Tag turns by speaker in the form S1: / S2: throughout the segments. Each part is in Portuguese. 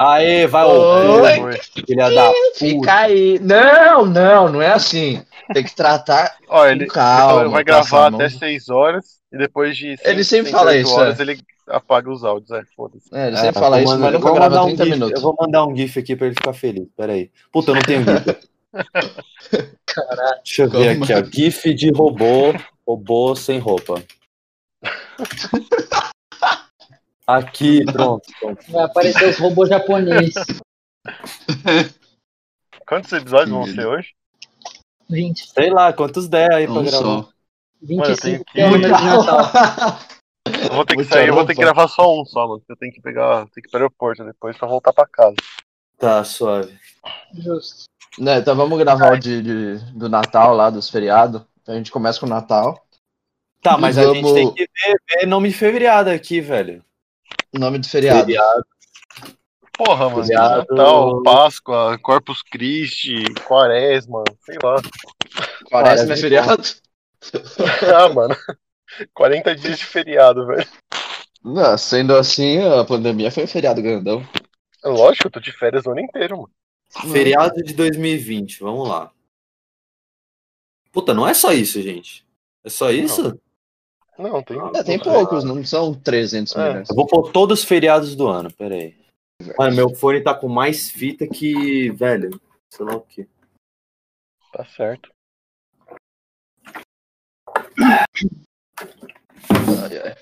S1: Aê, vai ouvir,
S2: Oi,
S1: filha da
S2: Fica
S1: puta.
S2: aí. Não, não, não é assim. Tem que tratar.
S3: Ó, ele,
S2: Calma,
S3: ele vai
S2: passa
S3: gravar
S2: a mão.
S3: até 6 horas e depois de
S2: Ele sempre
S3: 108
S2: fala isso,
S3: horas ele apaga os áudios, é, foda-se.
S2: É, ele
S1: É,
S2: sempre
S1: vou
S2: fala isso,
S1: mandar-
S2: mas nunca
S1: vou
S2: grava
S1: mandar
S2: 30
S1: um GIF,
S2: minutos.
S1: Eu vou mandar um GIF aqui pra ele ficar feliz. Pera aí. Puta, eu não tenho GIF. Deixa eu ver
S4: Como
S1: aqui, ó.
S2: é?
S1: GIF de robô, robô sem roupa. Aqui, pronto. pronto.
S5: Vai aparecer os robôs japoneses.
S3: Quantos episódios vão
S4: Sim.
S3: ser hoje?
S5: 20,
S1: Sei lá, quantos der aí pra
S4: Um
S1: gravar.
S4: só.
S3: Mano, eu tenho
S5: 25
S3: que-
S5: é o número de Natal.
S3: Eu vou ter que
S2: Muito
S3: sair, eu vou ter que
S2: arofa.
S3: gravar só um só, mano. porque Eu tenho que pegar, tenho que ir pro aeroporto depois pra voltar pra casa.
S1: Tá, suave.
S5: Justo.
S2: Né, então vamos gravar o de, de- do Natal lá, dos feriados. Então A gente começa com o Natal.
S1: Tá, mas a gente
S2: Vamos-
S1: tem que ver, ver nome de feriado aqui, velho.
S2: Nome do feriado.
S3: Porra, mano.
S1: Feriado.
S3: Natal, Páscoa, Corpus Christi, Quaresma, sei lá.
S2: Quaresma
S1: Cara,
S2: é feriado?
S3: Ah, mano. 40 dias de feriado, velho.
S2: Não, sendo assim, a pandemia foi um feriado grandão.
S3: Lógico, eu tô de férias o ano inteiro, mano.
S1: Feriado de 2020, vamos lá. Puta, não é só isso, gente. É só isso?
S3: Não, tem.
S2: É, tem poucos, não são 300
S3: É.
S2: milhões.
S1: Eu vou pôr todos os feriados do ano, peraí. Mano, meu fone tá com mais fita que, velho, sei lá o quê.
S3: Tá certo.
S2: Ai, ai.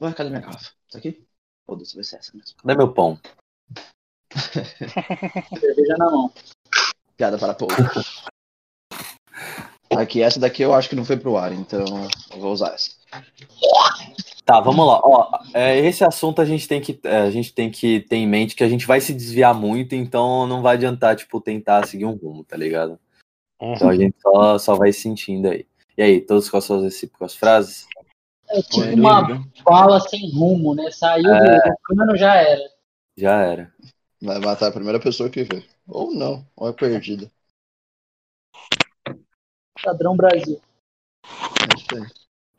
S2: Ué, cadê minha garrafa? Isso aqui? Foda-se, vai ser essa mesmo.
S1: Cadê meu pão?
S5: Cerveja na mão.
S2: Piada para pouco. Aqui, essa daqui eu acho que não foi pro ar, então eu vou usar essa.
S1: Tá, vamos lá. Ó, é, esse assunto a gente tem que é, a gente tem que ter em mente que a gente vai se desviar muito, então não vai adiantar tipo tentar seguir um rumo, tá ligado? Então a gente só, só vai sentindo aí. E aí, todos com as suas recíprocas frases?
S5: É tipo uma bala sem rumo, né? Saiu do cano, já era.
S1: Já era.
S2: Vai matar a primeira pessoa que vê. Ou não, ou é perdida.
S5: Padrão Brasil.
S2: É isso aí.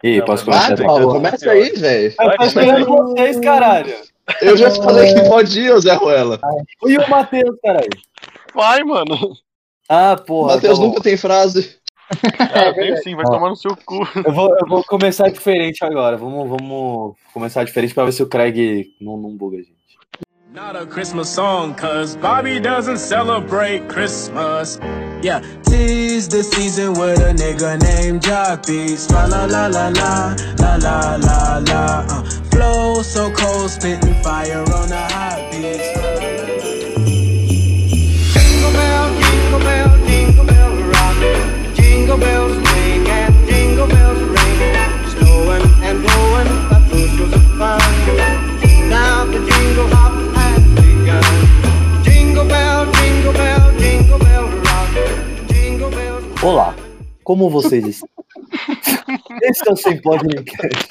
S1: E aí, posso
S2: Ah,
S1: começar?
S3: tem
S2: Paulo,
S3: que-
S2: começa aí, velho.
S1: Eu tô esperando vocês, caralho.
S2: Eu já falei que pode ir, ô Zé Ruela.
S1: Tá E o Matheus, caralho.
S3: Vai, mano.
S1: Ah, porra.
S2: Matheus
S1: tá bom.
S2: nunca tem frase. É,
S3: Ah, tem sim, vai tomar no seu cu.
S1: Eu vou, eu vou começar diferente agora. Vamos, vamos começar diferente pra ver se o Craig não, não buga, gente.
S6: Not a Christmas song, cause Bobby doesn't celebrate Christmas. Yeah. Tis the season with a nigga named Joppies. La la la la la, la la la la. Uh, flow so cold, spitting fire on a hot beat.
S7: Jingle bell, jingle bell, jingle bell rock. Jingle bells ring and jingle bells ring. Snowing and blowing, but those was a fun. Now the jingle hop has begun. Jingle bell, jingle bell, jingle bell rock. Jingle bells.
S1: Olá, como vocês estão? Esse é o Sem Podcast.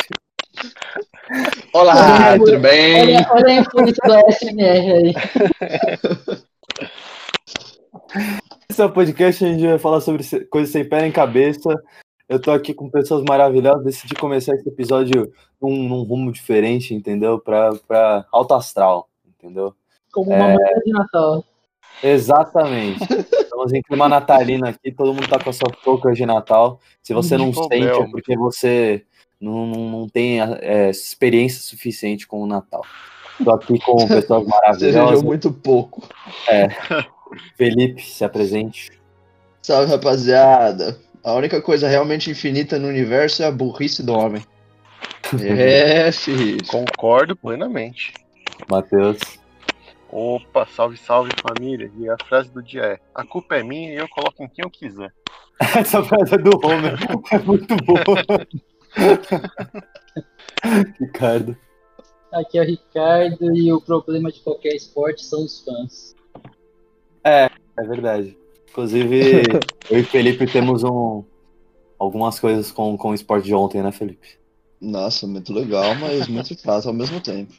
S2: Olá,
S5: Olha,
S2: tudo bem?
S5: Olha, olha a influência do ASMR aí.
S1: Esse é o podcast onde a gente vai falar sobre se- coisas sem pé nem cabeça. Eu tô aqui com pessoas maravilhosas. Decidi começar esse episódio num, num rumo diferente, entendeu? Pra, pra alto astral, entendeu?
S5: Como uma manhã de Natal.
S1: Exatamente. Estamos em clima natalino aqui, todo mundo tá com a sua touca de Natal. Se você não
S3: Jingle
S1: sente,
S3: bell.
S1: é porque você não, não, não tem é, experiência suficiente com o Natal. Tô aqui com pessoas
S2: Você viveu
S1: maravilhosas.
S2: muito pouco.
S1: Felipe, se apresente.
S2: Salve, rapaziada. A única coisa realmente infinita no universo é a burrice do homem. É, filho.
S3: Concordo plenamente.
S1: Matheus.
S3: Opa, salve, salve família. E a frase do dia é: A culpa é minha e eu coloco em quem eu quiser.
S1: Essa frase é do Homer é muito boa. Ricardo.
S5: Aqui é o Ricardo e o problema de qualquer esporte são os fãs.
S1: É verdade. Inclusive, eu e Felipe temos um, algumas coisas com, com o esporte de ontem, né, Felipe?
S2: Nossa, muito legal, mas muito chato ao mesmo tempo.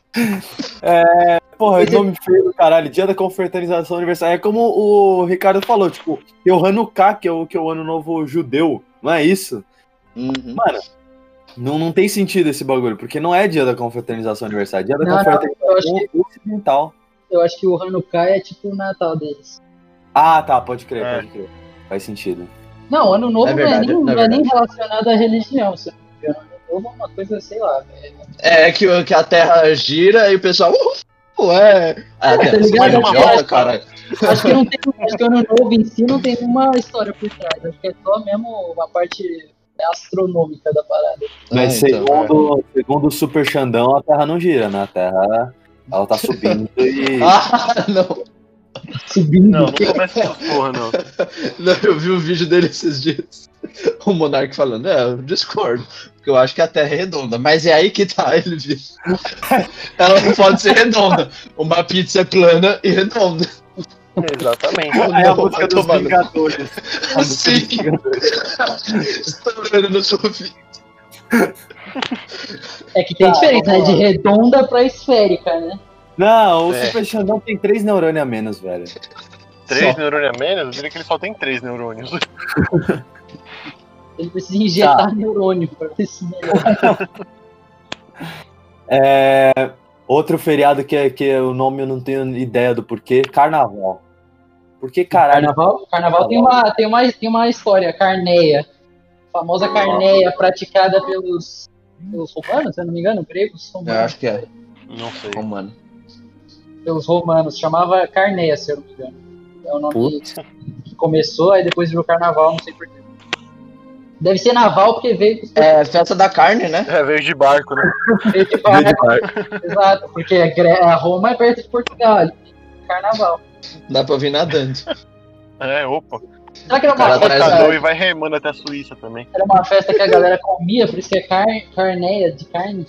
S1: Porra, é nome feio do caralho. Dia da confraternização aniversário. É como o Ricardo falou, tipo, tem o Hanukkah, que é o, que é o ano novo judeu. Não é isso?
S2: Uhum.
S1: Não, não tem sentido esse bagulho, porque não é dia da confraternização aniversário. Dia da
S5: Não, não,
S1: confraternização
S5: eu acho que-
S1: ocidental.
S5: Eu acho que o Hanukkah é tipo o Natal deles.
S1: Ah, tá, pode crer,
S3: É.
S1: pode crer. Faz sentido.
S5: Não, ano novo
S2: É verdade,
S5: não, é nem,
S2: é
S5: não é nem relacionado à religião. Se eu não me engano. ano novo é uma coisa, sei lá, velho.
S2: É que, o- que a Terra gira e o pessoal. "Uh, Ué,
S1: Ah,
S2: a
S1: tá
S2: Terra você é
S5: ligado?
S2: uma idiota, cara.
S5: Acho que não tem. Acho que ano novo em si não tem nenhuma história por trás. Acho que é só mesmo uma parte astronômica da parada.
S1: Mas é
S2: Ah, então,
S1: segundo, segundo o Super Xandão, a Terra não gira, né? A Terra ela tá subindo e.
S2: Ah, não.
S5: Subindo.
S3: Não, não começa com essa porra, não.
S2: Não, Eu vi o vídeo dele esses dias. O Monark falando, é, eu discordo. Porque eu acho que a Terra é redonda. Mas é aí que tá, ele viu. Ela não pode ser redonda. Uma pizza é plana e redonda.
S3: Exatamente.
S1: Ah, é a
S2: não,
S1: música
S2: vai
S1: dos
S2: tomar no-
S1: Vingadores. A música dos
S2: Sim.
S1: Vingadores.
S2: Estourando no sofá.
S5: É que tem diferença, né? De redonda pra esférica, né?
S1: Não, o
S2: É.
S1: Super Xandão tem três neurônios a menos, velho.
S3: Três
S2: Só.
S3: neurônios a menos? Eu diria que ele só tem três neurônios.
S5: Ele precisa injetar neurônio pra ver se melhora.
S1: Outro feriado que, é- que é o nome eu não tenho ideia do porquê, Carnaval. Por que caralho?
S5: Carnaval, carnaval tem, uma, tem, uma, tem uma história, carneia. A famosa carneia praticada pelos, pelos romanos, se eu não me engano, gregos,
S2: Eu
S5: romanos,
S2: acho que é.
S3: Não sei.
S2: Oh, mano.
S5: pelos romanos. Chamava carneia, se eu não me engano. É o nome que começou, aí depois virou carnaval, não sei porquê. Deve ser naval, porque veio com
S2: É festa da carne, né?
S3: É, veio de barco, né?
S5: veio de barco. Exato, porque a Gre- a Roma é perto de Portugal, ali tem carnaval.
S2: Dá pra vir nadando.
S3: É, opa.
S5: Será que era
S2: O cara
S5: uma
S2: atrás
S5: festa,
S2: da-
S3: Catador e vai remando até a Suíça também.
S5: era uma festa que a galera comia, por isso que é car- carneia de carne?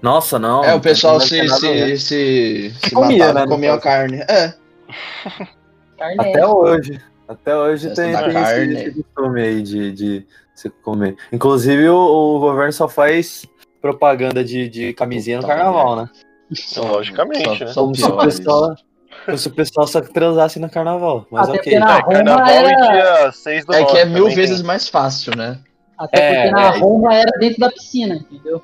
S1: Nossa, não.
S2: É, o pessoal
S1: não tem
S2: se,
S1: nada a ver.
S2: se, se, se
S1: Comia,
S2: matava,
S1: né, no
S2: comia a
S1: caso.
S2: carne. É.
S5: Carneia.
S1: Até hoje. Até hoje
S2: Festa
S1: tem,
S2: da
S1: tem esse,
S2: carne.
S1: esse costume aí de, de se comer. Inclusive, o, o governo só faz propaganda de, de camisinha no
S2: Puta
S1: carnaval, né?
S2: Só-
S3: Logicamente,
S2: só-
S3: né?
S2: Só o
S1: Como se o
S2: pior.
S1: um pessoal, como se o pessoal só transasse no carnaval. Mas
S5: Até
S1: ok.
S5: porque na
S3: É,
S5: Roma
S3: carnaval e
S5: era.
S3: dia 6 do
S2: É que é
S3: nove
S2: mil
S3: também tem.
S2: vezes mais fácil, né?
S5: Até porque
S1: É,
S5: na
S1: é.
S5: Roma era dentro da piscina, entendeu?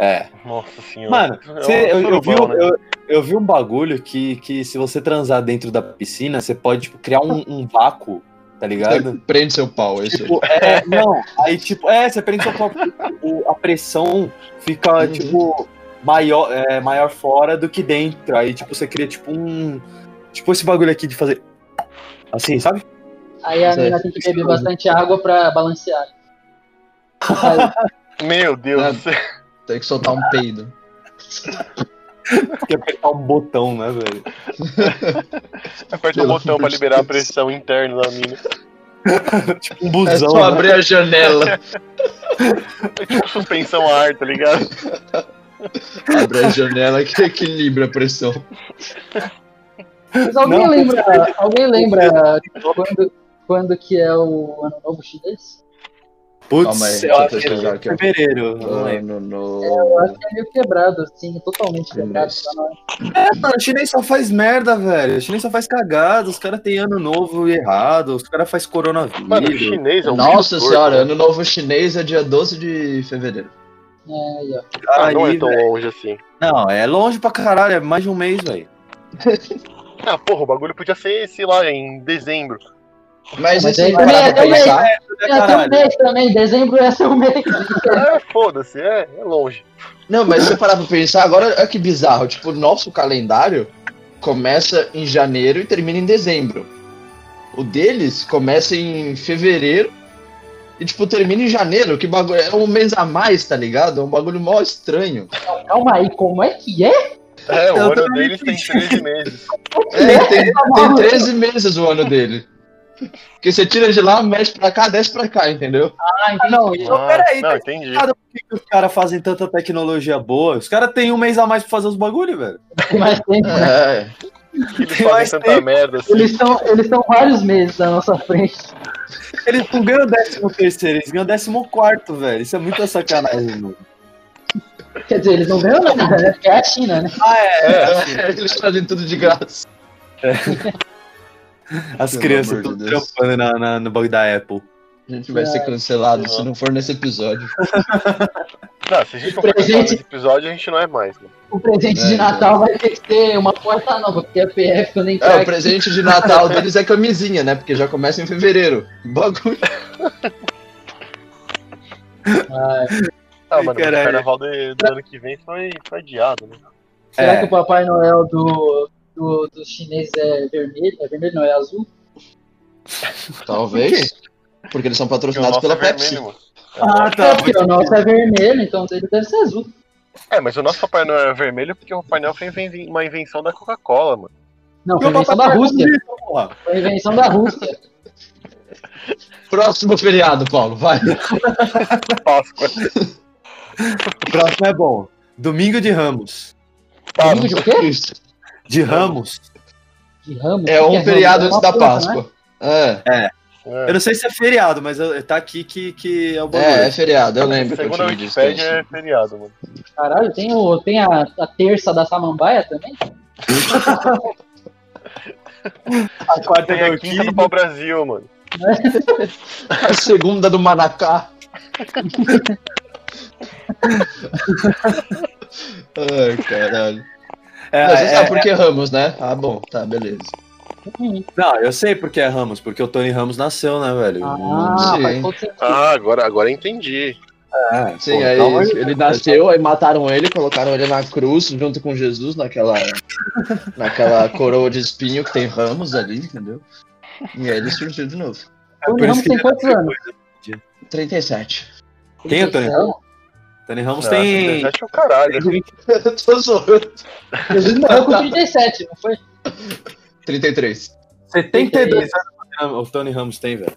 S1: É.
S3: né? Nossa senhora.
S1: Mano,
S3: É um
S1: cê- eu, eu vi,
S3: surubão,
S1: um- eu, eu vi um bagulho que, que se você transar dentro da piscina, você pode tipo, criar um, um vácuo, tá ligado?
S2: Prende seu pau, esse aí.
S1: Tipo, é, não, aí tipo, é, você prende seu corpo, o- a pressão fica,
S2: Uhum.
S1: tipo, maior, é, maior fora do que dentro. Aí, tipo, você cria, tipo, um. Tipo esse bagulho aqui de fazer. Assim, sabe?
S5: Aí a
S2: Certo.
S5: menina tem que beber bastante água pra balancear. Aí,
S3: Meu Deus
S2: É.
S3: do céu.
S2: Tem que soltar um peido.
S1: Porque apertar um botão, né, velho?
S3: Aperta o
S2: Pelo
S3: botão pra
S2: amor de
S3: liberar a
S2: Deus.
S3: pressão interna da mina.
S1: Tipo um
S2: É
S1: busão.
S2: só
S1: né?
S2: abrir a janela.
S3: É tipo suspensão a ar, tá ligado?
S2: Abre a janela que equilibra a pressão.
S5: Mas alguém
S1: Não,
S5: lembra, alguém lembra quando, quando que é o ano novo chinês?
S1: Putz,
S2: Calma aí,
S1: eu
S2: deixa eu
S1: acho que
S2: pesquisar
S1: é
S2: aqui.
S1: fevereiro. eu Não lembro.
S2: Mano,
S5: Eu acho
S2: no...
S5: que é meio quebrado, assim, totalmente quebrado.
S2: Chinês.
S5: tá na hora.
S1: É, mano, o chinês só faz merda, velho. O chinês só faz cagada. Os caras têm ano novo errado. Os caras fazem coronavírus.
S3: Mano, o chinês é um
S2: Nossa
S3: bicho
S2: senhora,
S3: torto.
S2: ano novo chinês é dia 12 de fevereiro.
S5: É, aí, ó.
S3: Ah, não é
S1: Aí,
S3: tão
S1: velho.
S3: longe assim.
S1: Não, é longe pra caralho. É mais de um mês, velho.
S3: Ah, porra, o bagulho podia ser, sei lá, em dezembro.
S2: Mas,
S5: Mas
S2: assim,
S5: aí
S2: parar
S5: também é
S2: pra
S5: também.
S1: né?
S2: pensar,
S5: Tem até um mês também, dezembro é seu mês.
S3: É, foda-se, é, é longe.
S2: Não, mas se eu parar pra pensar, agora olha que bizarro. Tipo, o nosso calendário começa em janeiro e termina em dezembro. O deles começa em fevereiro e, tipo, termina em janeiro. Que bagulho. É um mês a mais, tá ligado? É um bagulho mó estranho.
S5: Calma aí, como é que é?
S3: É, o
S1: Eu
S3: ano
S1: também
S3: deles tem 13 meses.
S2: É, tem, tem 13 meses o ano dele. Porque você tira de lá, mexe pra cá, desce pra cá, entendeu?
S5: Ah, entendi.
S1: não, isso- Então, peraí,
S3: não,
S1: tá
S3: entendi.
S1: Por que que os caras fazem tanta tecnologia boa? Os caras têm um mês a mais pra fazer os bagulho, velho.
S5: Tem mais tempo.
S2: É.
S3: Eles
S1: tem
S3: fazem
S1: mais
S3: tanta
S1: tempo.
S3: merda assim.
S5: Eles estão eles estão vários meses na nossa frente.
S1: Eles não ganham décimo terceiro, eles ganham décimo quarto, velho. Isso é muita sacanagem, mano.
S5: Quer dizer, eles não ganham nada, né? Porque é a China, né?
S2: É, eles fazem tudo de graça.
S1: As
S2: Pelo
S1: crianças
S2: amor de
S1: tudo
S2: Deus.
S1: trampando na, na- no bagulho da Apple.
S2: A gente vai ser cancelado se não for nesse episódio.
S3: Não, se a gente for pra
S5: Presente.
S3: cancelar nesse episódio, a gente não é mais, mano.
S5: O presente
S2: É,
S5: de Natal vai ter que ter uma porta nova, porque a PF quando entrar.
S2: É, o
S5: aqui-
S2: presente de Natal deles é camisinha, né? Porque já começa em fevereiro. Bagulho.
S5: Ah,
S3: Ah,
S1: Ai,
S3: mano, mas o
S1: caralho.
S3: carnaval do, do ano que vem foi, foi adiado, né?
S5: será
S1: É.
S5: que o Papai Noel do, do, do chinês é vermelho? É vermelho, não, é azul?
S2: Talvez. Porque eles são
S3: Porque o
S2: patrocinados
S3: nosso
S2: pela
S3: é
S2: Pepsi.
S3: vermelho, mano.
S1: Ah,
S5: é, porque o nosso é vermelho, então ele deve ser azul.
S3: É, mas o nosso Papai Noel é vermelho porque o Papai Noel foi inven- uma invenção da Coca-Cola, mano.
S5: Não, foi invenção
S2: tá
S5: da Rússia. Foi invenção da Rússia.
S2: Próximo feriado, Paulo, vai.
S3: É Páscoa.
S1: O próximo é bom. Domingo de Ramos.
S5: Domingo de quê?
S2: Isso.
S1: De Ramos.
S5: De ramo?
S2: É
S5: O que
S2: um
S5: que
S2: feriado
S5: ramo?
S2: antes da
S5: Uma planta, né?
S2: Páscoa. É,
S1: Eu
S3: É.
S1: não sei se é feriado, mas eu- tá aqui que, que é o bagulho.
S2: é, é feriado, eu lembro que eu
S3: Segundo a
S2: tive
S3: Wikipédia,
S2: descanso.
S3: é feriado, mano.
S5: Caralho, tem, o, tem a, a terça da Samambaia também?
S1: a quarta
S3: Tem
S1: da
S3: a quinta do pau-brasil, mano.
S2: A segunda do Manacá. Ai, caralho.
S1: É,
S2: Não, você
S1: é,
S2: sabe
S1: é-
S2: por que Ramos, né? Ah, bom, tá, beleza.
S1: não, eu sei porque é Ramos, porque o Tony Ramos nasceu, né, velho?
S5: Ah,
S2: sei.
S5: faz todo sentido.
S3: Ah, agora, agora entendi.
S1: É,
S2: Sim,
S1: pô,
S2: aí
S1: calma
S2: então ele nasceu, aí mataram ele, colocaram ele na cruz junto com Jesus, naquela, naquela coroa de espinho que tem ramos ali, entendeu? E aí ele surgiu de novo.
S1: É por isso
S5: Tony Ramos
S1: que
S5: tem quantos anos?
S2: 37.
S1: Quem é o Tony Ramos? Tony Ramos
S3: Ah,
S1: tem.
S3: 37 é o caralho.
S2: Eu tô zoando.
S5: Jesus morreu com 37, não né? foi?
S2: 33.
S1: 72 anos o Tony Ramos tem, velho.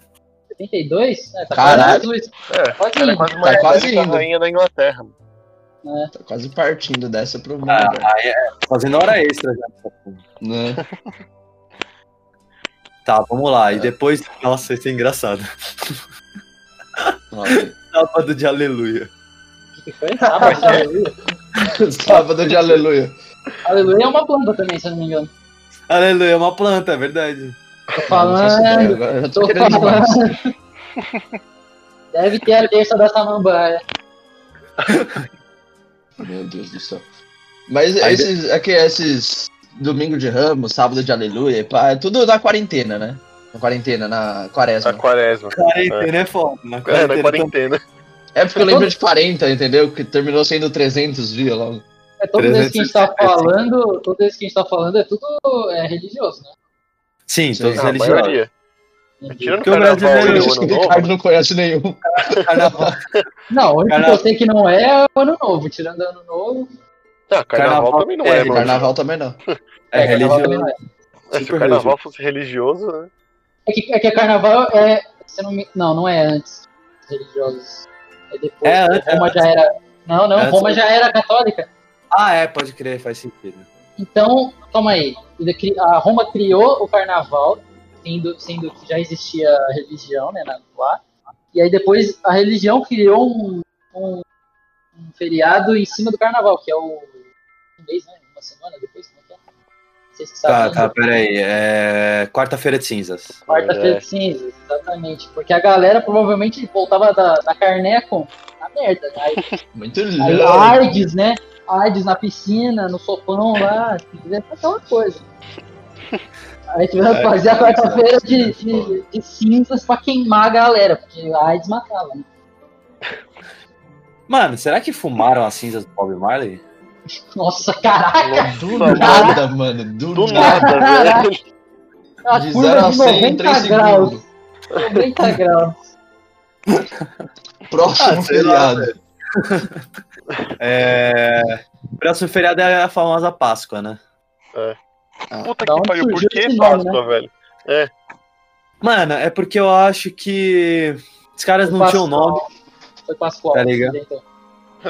S5: 72? É, tá
S2: Caralho.
S5: quase Jesus.
S3: É,
S5: Quase
S3: Ela é
S5: indo.
S3: quase mais
S2: Tá quase
S3: velha que a
S2: indo.
S3: rainha da Inglaterra, mano.
S2: Tá quase partindo dessa pro mundo,
S1: Ah,
S2: velho,
S1: aí é fazendo hora extra já.
S2: né?
S1: Tá, vamos lá. E depois. Nossa, isso é engraçado.
S2: Olha.
S1: Sábado de aleluia.
S5: O que foi? Sábado de aleluia.
S2: Sábado de aleluia.
S5: Aleluia é uma planta também, se eu não me engano.
S1: Aleluia é uma planta, é verdade.
S5: Tô
S2: Nossa,
S5: falando,
S2: agora eu tô
S5: tô
S2: querendo demais.
S5: falando.
S2: é.
S5: Deve ter a terça da Samambaia.
S2: Meu Deus do céu. Mas
S1: Aí
S2: esses, é que esses domingo de Ramos, sábado de Aleluia, e pá, é tudo na quarentena, né? Na quarentena, na
S3: Na
S2: quaresma.
S3: quaresma.
S1: Quarentena é foda. Na
S3: É,
S1: quarentena.
S3: na quarentena.
S2: É porque eu lembro de 40, entendeu? Que terminou sendo 300 via logo.
S5: É todo esse que a gente tá
S1: 365.
S5: falando, todo esse que a gente tá falando é tudo é, religioso, né?
S1: Sim,
S2: Sim.
S1: todos
S2: Ah,
S3: A
S1: eles religiosos.
S3: maioria. Tirando
S1: Porque
S3: o
S1: o é
S3: carnaval
S1: brasileiro-
S3: e
S2: Eu
S3: o
S2: acho que
S3: ano
S2: o
S3: novo,
S2: Ricardo não conhece nenhum.
S1: Carnaval,
S5: Não, o único que
S1: Carnaval.
S5: eu sei que não é é o ano novo. Tirando o ano novo,
S3: Ah, carnaval
S1: Carnaval
S3: também não
S1: é,
S3: é, mano.
S2: Carnaval também não.
S1: é,
S5: carnaval
S1: religioso.
S5: também não é.
S3: É, Se o carnaval fosse religioso, né?
S5: É que, é que carnaval é. se não, me- não, não é antes dos religiosos. É depois.
S1: É antes,
S5: Roma já era. Não, não,
S1: É antes.
S5: Roma já era católica.
S1: Ah, é, pode crer, faz sentido.
S5: Então, calma aí. Ele cri- A Roma criou o carnaval, sendo, sendo que já existia a religião, né, na- lá. E aí depois a religião criou um, um- um feriado em cima do carnaval, que é o um mês, né? Uma semana depois, como é que é? Vocês que
S1: Tá,
S5: sabem.
S1: tá, peraí. É... Quarta-feira de cinzas.
S2: é.
S5: Quarta-feira de cinzas, exatamente. Porque a galera provavelmente voltava da, da carneia com a merda. né? Aí,
S2: Muito
S5: aí
S2: louco.
S5: AIDS, né? AIDS na piscina, no sopão lá, se quiser, aquela coisa. Aí tiveram que
S1: É,
S5: fazer a
S1: cara,
S5: quarta-feira
S2: isso é
S5: de, de, de cinzas pra queimar a galera, porque a AIDS matava, né?
S1: Mano, será que fumaram as cinzas do Bob Marley?
S5: Nossa, caraca!
S2: Do
S3: Nossa,
S2: nada, mano. Do,
S3: Do
S2: nada.
S3: nada, velho.
S5: A
S2: De zero
S5: curva
S2: a
S5: de
S2: 100 em
S5: 90
S2: 3
S5: graus.
S2: segundos.
S5: 90 graus.
S2: Próximo
S1: Ah, sei lá,
S2: feriado.
S1: É... Próximo feriado é a famosa Páscoa, né?
S3: Puta que
S5: Da onde
S3: pariu, por
S5: surgiu
S3: que
S5: esse nome,
S3: Páscoa, velho?
S1: Mano, é porque eu acho que os caras não tinham nome.
S5: Foi Pascoal.
S1: Tá ligado?
S5: Então,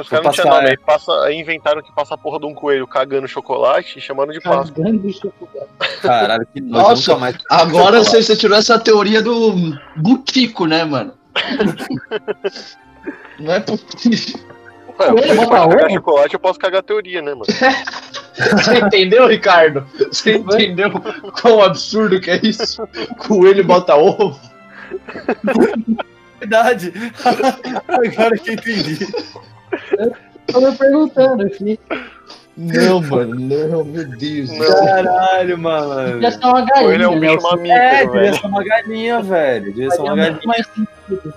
S3: Os caras não
S1: passar- é.
S3: tinham nome, aí passa, aí inventaram que passa a porra de um coelho cagando chocolate e chamando de
S5: é
S3: Páscoa.
S5: Cagando de chocolate.
S1: Caralho, que nojo,
S2: Nossa.
S1: nunca mais.
S2: Agora você, você tirou essa teoria do butico, né, mano? Não é possível.
S3: Ué,
S5: Coelho
S3: se eu posso
S5: bota
S3: cagar
S5: ovo?
S3: chocolate, eu posso cagar a teoria, né, mano?
S2: Você entendeu, Ricardo? Você entendeu é quão absurdo que é isso? Coelho bota ovo?
S1: novidade. Agora que eu entendi.
S5: Tô me perguntando aqui.
S2: Não, mano, não, meu Deus.
S3: Não.
S1: Caralho, mano.
S5: Devia ser uma
S3: Ou
S5: galinha.
S3: ele é um
S5: né?
S3: bicho mamífero,
S1: É, devia
S3: velho.
S1: ser uma galinha, velho. Devia ser é uma
S5: Faria
S1: galinha.
S5: muito mais sentido.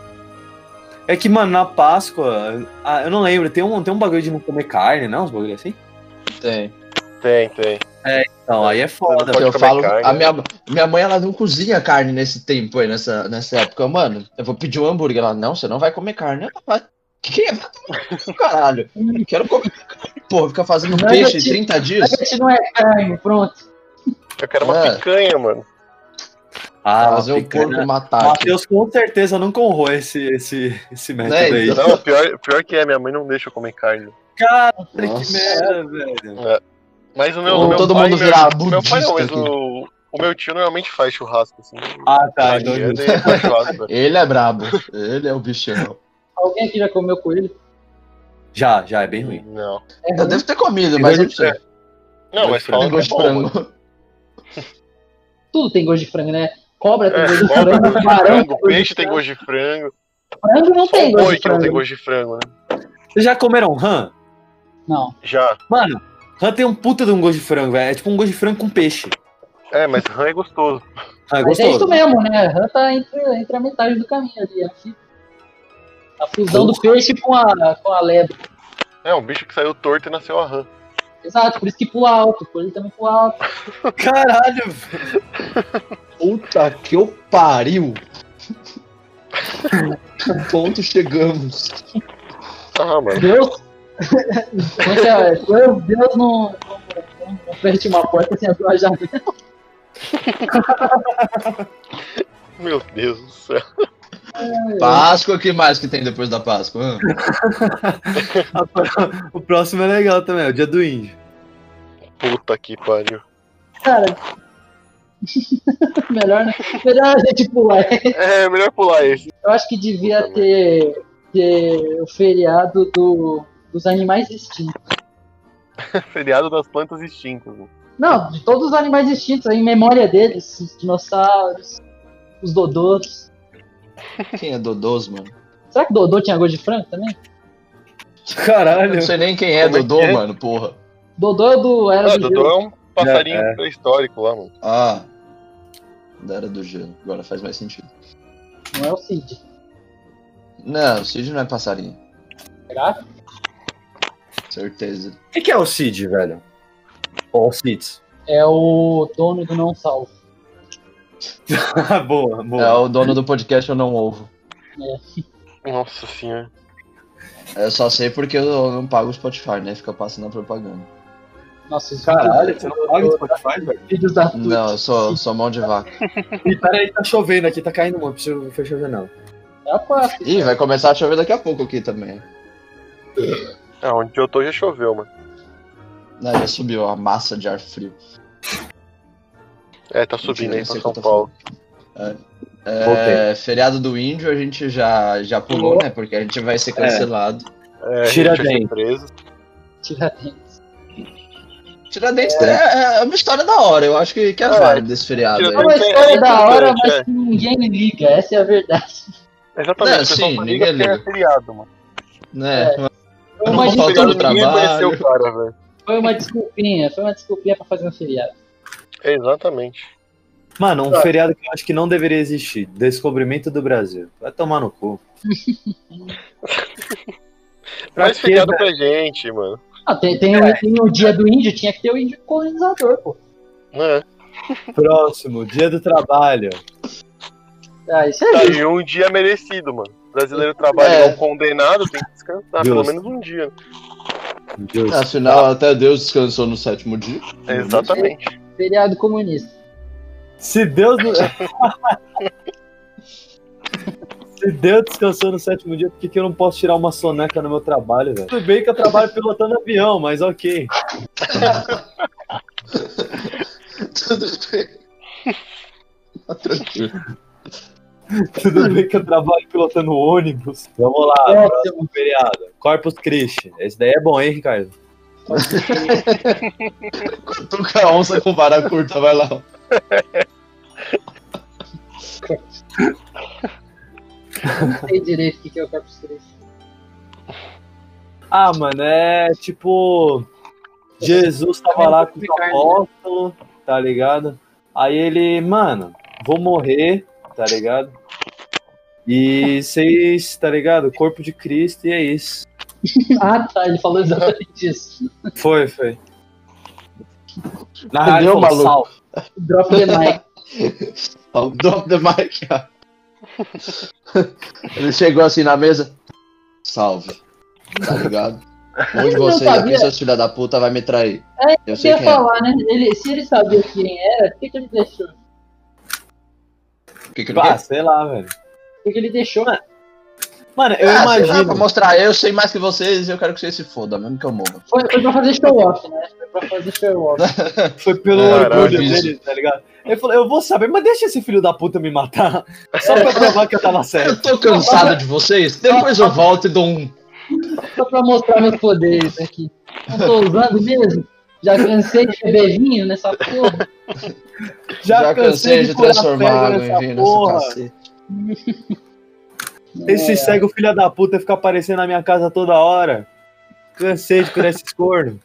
S1: É que, mano, na Páscoa. ah, eu não lembro, tem um, tem um bagulho de não comer carne, não? Uns bagulho assim?
S2: Tem.
S3: Tem, tem.
S1: Não, aí é foda.
S3: Pode
S1: velho.
S2: eu
S3: comer
S2: falo,
S3: carne. né?
S2: a minha, minha mãe ela não cozinha carne nesse tempo aí, nessa, nessa época. Mano, eu vou pedir um hambúrguer. Ela, não, você não vai comer carne. Ela vai. Que é? Caralho, eu quero comer carne, porra. Ficar fazendo
S5: Nugget.
S2: peixe em 30 dias.
S5: Nugget não é carne, pronto.
S3: Eu quero uma
S2: Ah.
S3: picanha, mano.
S1: Ah,
S2: fazer
S1: uma
S2: o porco
S3: né?
S1: picanha.
S2: matar. aqui.
S1: Matheus com certeza não honrou esse, esse, esse método
S2: Né,
S1: aí.
S2: então.
S3: Não, pior, pior que é, minha mãe não deixa eu comer carne.
S1: Caralho, que
S2: Nossa.
S1: merda, velho.
S3: Mas o meu,
S2: Ou
S3: meu
S2: todo
S3: pai,
S2: mundo
S3: meu-
S2: virar
S3: meu, pai não, mas
S2: budista aqui.
S3: o, o meu tio normalmente faz churrasco, assim.
S1: Ah, tá.
S3: Carne,
S1: Então,
S3: ele faz churrasco.
S2: Ele é brabo. Ele é o bichão.
S5: Alguém aqui já comeu coelho?
S1: já, já, é bem ruim.
S3: Não.
S5: É
S2: Eu
S5: ruim.
S2: devo ter comido, mas eu não sei.
S3: Não, mas fala
S2: Tem
S3: que é
S2: gosto de
S3: bom, mano.
S2: frango.
S5: Tudo tem gosto de frango, né? Cobra tem
S3: É,
S5: gosto de
S3: cobra tem
S5: frango,
S3: gosto de
S5: tubarão
S3: frango, peixe tem gosto de frango.
S5: frango não
S3: Só
S5: tem
S3: o
S5: gosto
S3: boi
S5: de
S3: que não tem
S5: frango.
S3: gosto de frango, né?
S1: Vocês já comeram rã?
S5: Não.
S3: Já.
S1: Mano, rã tem um puta de um gosto de frango, velho. É tipo um gosto de frango com peixe.
S3: É, mas rã é gostoso.
S1: Ah, é
S5: Mas é
S1: gostoso.
S5: isso mesmo, né? Rã tá entre, entre a metade do caminho ali. aqui. A fusão do peixe com a, com a lebre.
S3: É um bicho que saiu torto e nasceu a rã.
S5: Exato, por isso que pula alto, coelho também pula alto.
S1: Caralho, velho.
S2: Puta que eu pariu! que ponto chegamos?
S3: Ah, mano.
S5: Deus. Como é que é? Deus, Deus não, não, não fecha uma porta sem abrir uma janela.
S3: Meu Deus do céu.
S2: É. Páscoa, o que mais que tem depois da Páscoa? Hum, Hã?
S1: O próximo é legal também, é o dia do índio.
S3: Puta que pariu.
S5: Cara. melhor, né? melhor a gente pular.
S3: É, melhor pular esse.
S5: Eu acho que devia ter, ter o feriado do, dos animais extintos.
S3: Feriado das plantas extintas. né?
S5: Não, de todos os animais extintos, em memória deles, os dinossauros, os dodôs.
S2: Quem é Dodôs, mano?
S5: Será que Dodô tinha gosto de frango também?
S2: Eu
S1: Caralho.
S2: não sei nem quem é
S3: Como é
S2: Dodô,
S3: que é?
S2: mano, porra.
S5: Dodô é do. Era
S3: Ah,
S5: do
S3: Dodô
S5: gelo.
S3: é um passarinho
S1: É, é.
S3: pré-histórico lá, mano.
S2: Ah, da era do gelo. Agora faz mais sentido.
S5: Não é o Cid.
S2: Não, o Cid não é passarinho.
S5: Será?
S2: Certeza.
S1: O que, que é o Cid, velho? Ó, o Cid.
S5: É o dono do não salvo.
S1: Ah, boa, boa.
S2: É o dono do podcast Eu Não Ovo.
S3: Nossa senhora.
S2: Eu só sei porque eu não pago o Spotify, né? Fica passando a propaganda.
S5: Nossa, os
S1: Caralho,
S5: vídeos
S1: você
S5: do
S1: não paga o
S5: Dodô,
S1: Spotify, velho?
S5: vídeos da Twitch.
S2: Não, eu sou, sou mão de vaca.
S1: E peraí, tá chovendo aqui, tá caindo muito, preciso fechar a janela.
S5: É a Páscoa.
S2: Ih, vai começar a chover daqui a pouco aqui também.
S3: Ah, onde eu tô já choveu, mano.
S2: Não, já subiu a massa de ar frio.
S3: É, tá subindo aí
S2: Mentira,
S3: pra
S2: eu sei
S3: São
S2: que eu tô
S3: Paulo.
S2: É, feriado do índio a gente já, já pulou, né? Porque a gente vai ser cancelado.
S3: É,
S1: Tira
S3: gente,
S1: bem.
S3: preso.
S5: Tiradentes.
S2: Tiradentes é. é uma história da hora, eu acho que, que é
S3: É.
S2: válido esse feriado
S5: É
S2: aí.
S3: Tiradentes.
S5: uma história
S3: é
S5: da hora,
S3: importante,
S5: mas
S3: é.
S5: que ninguém liga. Essa é a verdade.
S3: Exatamente,
S2: Não,
S3: o pessoal
S2: sim,
S3: só
S2: ninguém
S3: liga porque é
S2: liga.
S3: feriado, mano.
S2: Né?
S5: Foi
S2: Eu vou
S5: uma, desculpinha,
S2: faltar no
S3: Feriado, ninguém
S2: trabalho.
S3: conheceu o cara, velho.
S5: foi uma desculpinha. Foi uma desculpinha pra fazer um feriado.
S3: Exatamente.
S1: Mano, um feriado que eu acho que não deveria existir. Descobrimento do Brasil. Vai tomar no cu. Pra
S3: Mas
S1: quê,
S3: feriado pra gente, mano.
S5: Ah, tem, tem, o- tem o dia do índio, tinha que ter o índio colonizador, pô.
S3: É.
S1: Próximo, dia do trabalho.
S5: Ah, isso é
S3: Tá,
S5: justo.
S3: e um dia merecido, mano. Brasileiro trabalha
S2: É.
S3: não condenado, tem que descansar pelo
S1: Justo.
S3: menos um dia.
S2: Ah,
S1: Justo.
S2: É, Afinal, até Deus descansou no sétimo dia.
S3: É, Exatamente.
S5: Feriado comunista.
S1: Se Deus. não- Se Deus descansou no sétimo dia, por que, que eu não posso tirar uma soneca no meu trabalho, velho? Tudo bem que eu trabalho pilotando avião, mas ok.
S2: Tudo bem. Tá tranquilo.
S1: Tudo bem que eu trabalho pilotando ônibus. Vamos lá,
S5: Ótimo.
S1: próximo feriado. Corpus Christi. Esse daí é bom, hein, Ricardo?
S2: Cutuca a onça com vara curta, vai lá.
S5: não sei direito o que que é o Corpus Christi.
S1: Ah, mano, é tipo. Jesus tava lá com os apóstolos, tá ligado? Aí ele, mano, vou morrer, tá ligado? E vocês, tá ligado? Corpo de Cristo e é isso.
S5: Ah, tá, ele falou exatamente isso.
S1: Foi, foi. Na
S2: Entendeu,
S1: real, ele falou,
S2: maluco?
S1: "Salve".
S5: Drop the mic.
S2: Ó, Drop the mic. ó. Ele chegou assim na mesa. Salve. Tá ligado? Um de
S5: Ele não
S2: vocês aqui,
S5: sabia.
S2: seus filha da puta, vai me trair. Eu
S5: Você
S2: sei
S5: ia
S2: quem é.
S5: falar, né? Ele, se ele sabia quem era, por que, que ele deixou? Por
S2: Que que ele
S1: Ah,
S2: quer?
S1: sei lá, velho.
S5: que, que ele deixou? Ah,
S1: Mano, eu
S2: Ah, sei lá,
S1: imagino.
S2: pra mostrar, eu sei mais que vocês e eu quero que vocês se fodam, mesmo que eu morra.
S5: Foi, foi pra fazer show-off, né? Foi pra fazer show-off.
S1: Foi pelo
S3: Caralho,
S1: orgulho
S2: bicho.
S1: dele, tá ligado? Ele falou, eu vou saber, mas deixa esse filho da puta me matar. Só pra provar que eu tava certo.
S2: Eu tô cansado de vocês, depois eu volto e dou um.
S5: Só pra mostrar meus poderes aqui. Não tô usando mesmo? Já cansei de beber vinho nessa porra.
S1: Já, cansei de, curar cego
S2: água
S1: nessa
S2: vinho
S1: porra.
S2: cacete.
S1: Esse cego filho da puta fica aparecendo na minha casa toda hora. Cansei de curar esses cornos.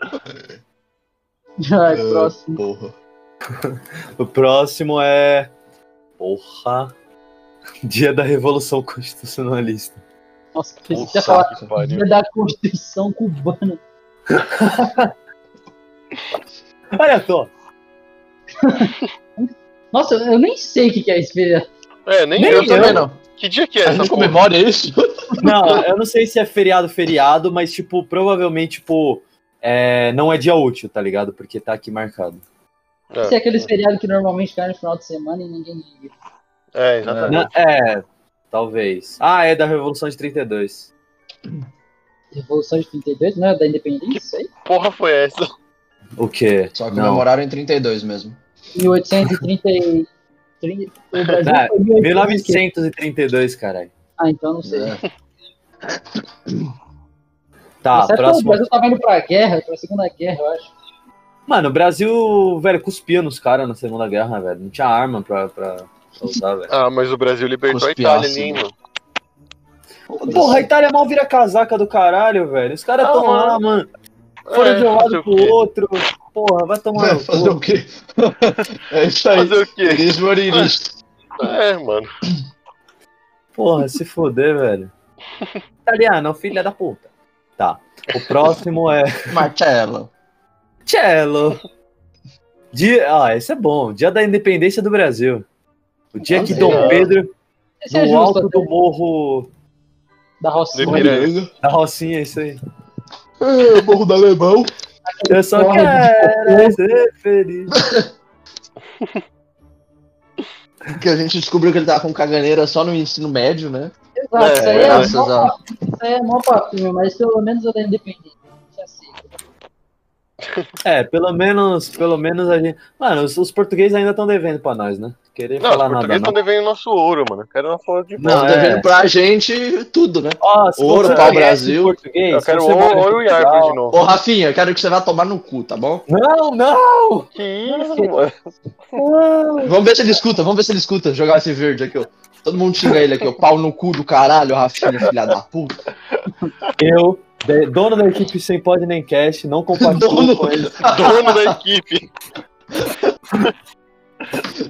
S5: Ai, próximo.
S2: Porra.
S1: O próximo é. Porra. Dia da Revolução Constitucionalista.
S5: Nossa, que
S2: Puta
S5: você ia falar
S2: que
S3: pariu.
S5: dia da Constituição Cubana.
S1: Olha só.
S5: Nossa, eu nem sei o que que é isso, filha.
S3: É, nem,
S1: Nem
S3: eu,
S1: eu.
S3: também não.
S2: não.
S3: Que dia que é
S2: A
S3: essa
S2: gente
S3: porra?
S2: comemora isso?
S1: Não, eu não sei se é feriado, feriado, mas, tipo, provavelmente, tipo, é, não é dia útil, tá ligado? Porque tá aqui marcado.
S3: É,
S5: Esse é aqueles feriados que normalmente caem no final de semana e ninguém liga.
S3: É, exatamente.
S1: Na- é, talvez. Ah, é da Revolução de 32.
S5: Revolução de 32, né? Da independência, isso aí?
S3: Porra foi essa?
S1: O quê?
S2: Só
S1: não.
S2: comemoraram em 32 mesmo.
S5: 1830 e... 30, o Brasil
S1: Ah,
S5: foi 1830.
S1: 1932, caralho.
S5: Ah, então não sei.
S2: É.
S1: Tá,
S5: Exceto O
S1: próximo.
S5: Brasil tava indo pra guerra, pra Segunda Guerra, eu acho.
S1: Mano, o Brasil, velho, cuspia nos caras na Segunda Guerra, velho. Não tinha arma pra, pra, pra usar, velho.
S3: Ah, mas o Brasil libertou a
S2: Cuspiar,
S3: Itália ali,
S2: assim,
S3: hein,
S2: né?
S3: mano.
S1: Porra, a Itália mal vira casaca do caralho, velho. Os caras
S3: Ah,
S1: tão lá,
S3: mano.
S1: mano. Foram
S3: É,
S1: de um
S3: fazer
S1: lado
S3: o
S1: pro
S3: quê?
S1: outro. Porra, vai tomar.
S2: Mano,
S1: no
S2: fazer
S1: cu.
S2: o quê? É isso aí.
S3: Fazer o quê?
S2: Iris Moriris.
S3: É, mano.
S1: Porra, se foder, velho. Italiano, filha da puta. Tá. O próximo é.
S2: Marcelo.
S1: Cello. Dia, ah, esse é bom. Dia da Independência do Brasil. O dia que Dom
S2: é.
S5: Olha.
S1: Pedro,
S5: Esse é
S1: no
S5: justo,
S1: alto do
S5: até,
S1: morro
S5: da Rocinha.
S3: Deveria-
S1: da Rocinha, é isso aí.
S2: É, Morro do Alemão.
S1: Eu só
S5: Morro de
S1: quero ser feliz.
S2: Que a gente descobriu que ele tava com caganeira só no ensino médio, né?
S5: Exato, isso aí
S3: É,
S5: é, mó
S2: graças a-
S5: papinho, isso aí é mó papinho, mas pelo menos eu da independência. assim.
S1: É, pelo menos, pelo menos a gente. Mano, os, os portugueses ainda estão devendo pra nós, né? Querer
S3: Não, os
S1: falar nada,
S3: portugueses
S1: não.
S3: estão devendo nosso ouro, mano. Eu Quero nosso ouro de volta.
S1: Não,
S2: Tá
S1: é.
S2: devendo pra gente tudo, né?
S1: Ó, se
S2: Ouro,
S1: você
S2: pau,
S1: conhece
S2: Brasil.
S1: Português,
S3: Eu quero
S1: se você mora
S3: ouro,
S1: em
S3: ouro e
S1: Portugal-
S3: árvore de novo.
S2: Ô, Rafinha, eu quero que você vá tomar no cu, tá bom?
S1: Não, não!
S3: Que isso, mano.
S2: Vamos ver se ele escuta, vamos ver se ele escuta jogar esse verde aqui, ó. Todo mundo xinga ele aqui, ó. Pau no cu do caralho, Rafinha, filha da puta.
S1: Eu, de- dono da equipe sem pod nem cast, não compartilho
S2: Dono.
S1: com ele.
S2: Ah,
S3: Dono da equipe.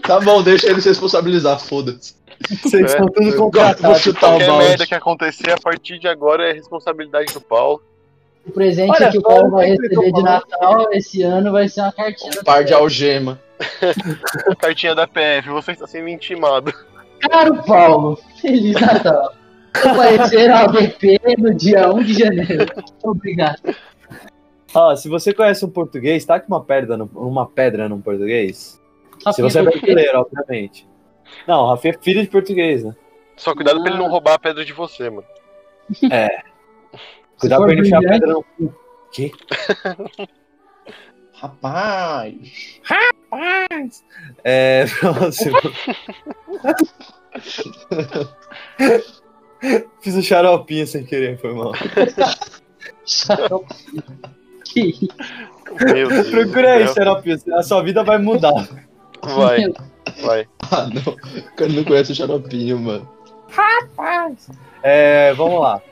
S2: Tá bom, deixa ele se responsabilizar, foda-se.
S1: Vocês estão
S2: É.
S1: tudo
S2: Vou
S1: contratados.
S2: chutar o
S3: tipo, Qualquer merda
S2: balde.
S3: que acontecer a partir de agora é responsabilidade do Paulo.
S5: O presente
S1: Olha
S5: que o
S1: só,
S5: cara vai
S1: eu sempre tô
S5: receber de
S1: falando.
S5: Natal esse ano vai ser uma cartinha.
S2: Um par de algema.
S3: Cartinha da PF, você está sendo intimado.
S5: Caro Paulo, Feliz Natal. Aparecer a BP no dia 1 de janeiro. Obrigado.
S1: Ó, se você conhece um português, taque uma pedra no, uma pedra num português. Se você é brasileiro, obviamente. Não, o Rafinha é filho de português, né?
S3: Só cuidado pra ele não roubar a pedra de você, mano.
S1: Cuidado
S5: for
S1: pra ele enfiar a
S5: brilhante-
S1: pedra no cu.
S2: Rapaz.
S1: É, próximo. Fiz um xaropinho sem querer, foi mal.
S5: Então, Que
S3: Meu Deus. do
S1: Procura aí,
S3: céu.
S1: xaropinho. A sua vida vai mudar.
S3: Vai, vai.
S2: Ah, não. O cara não conhece o xaropinho, mano.
S1: É, vamos lá.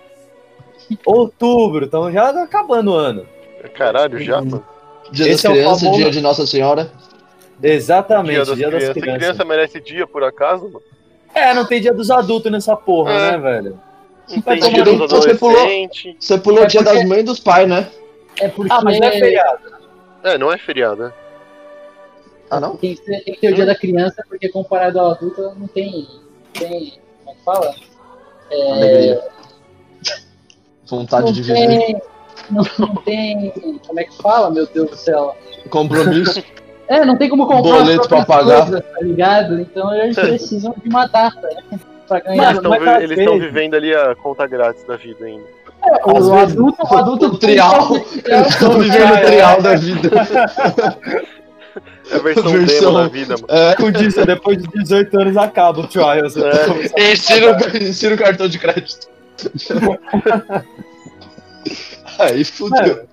S1: Outubro, estamos já tá acabando o ano.
S3: Caralho, já, mano.
S2: Dia
S1: Esse é
S2: das
S1: o
S2: Crianças,
S1: famoso-
S2: Dia de Nossa Senhora.
S1: Exatamente, dia das,
S3: crianças.
S1: crianças.
S3: Criança merece dia, por acaso, mano?
S1: É, não tem dia dos adultos nessa porra,
S3: É.
S1: né, velho?
S3: Não tem
S2: todo
S3: dia
S1: então
S2: mundo-
S3: dos
S2: você pulou.
S3: adolescentes.
S2: Você pulou
S5: É
S2: o Dia
S5: porque-
S2: das Mães e dos Pais, né?
S5: É porque
S1: Ah, mas não é feriado.
S3: É, não é feriado, né?
S2: Ah, não?
S5: tem, que ter, tem que ter o dia da criança, porque comparado ao adulto não tem. não tem como é que fala? É,
S2: Alegria. Vontade
S5: não,
S2: de viver.
S5: tem, não, não tem. Como é que fala, meu Deus do céu?
S2: Compromisso.
S5: É, não tem como comprar.
S2: Boleto
S5: as próprias
S2: pra pagar.
S5: coisas, tá ligado? Então eles precisam de uma data, né? Pra ganhar.
S1: Mano,
S3: Eles estão
S1: mas às vezes-
S3: vivendo ali a conta grátis da vida ainda.
S5: o,
S2: às vezes-
S5: adulto, o adulto
S2: O trial. Eu estou vivendo o trial da vida.
S3: É a versão,
S2: Versão-
S3: demo da vida, mano.
S2: É.
S1: Com dezo- depois de 18 anos acaba o trial. Você
S3: É.
S1: começa a-
S2: Insira, o- insira o cartão de crédito. Aí fudeu.
S1: Mano,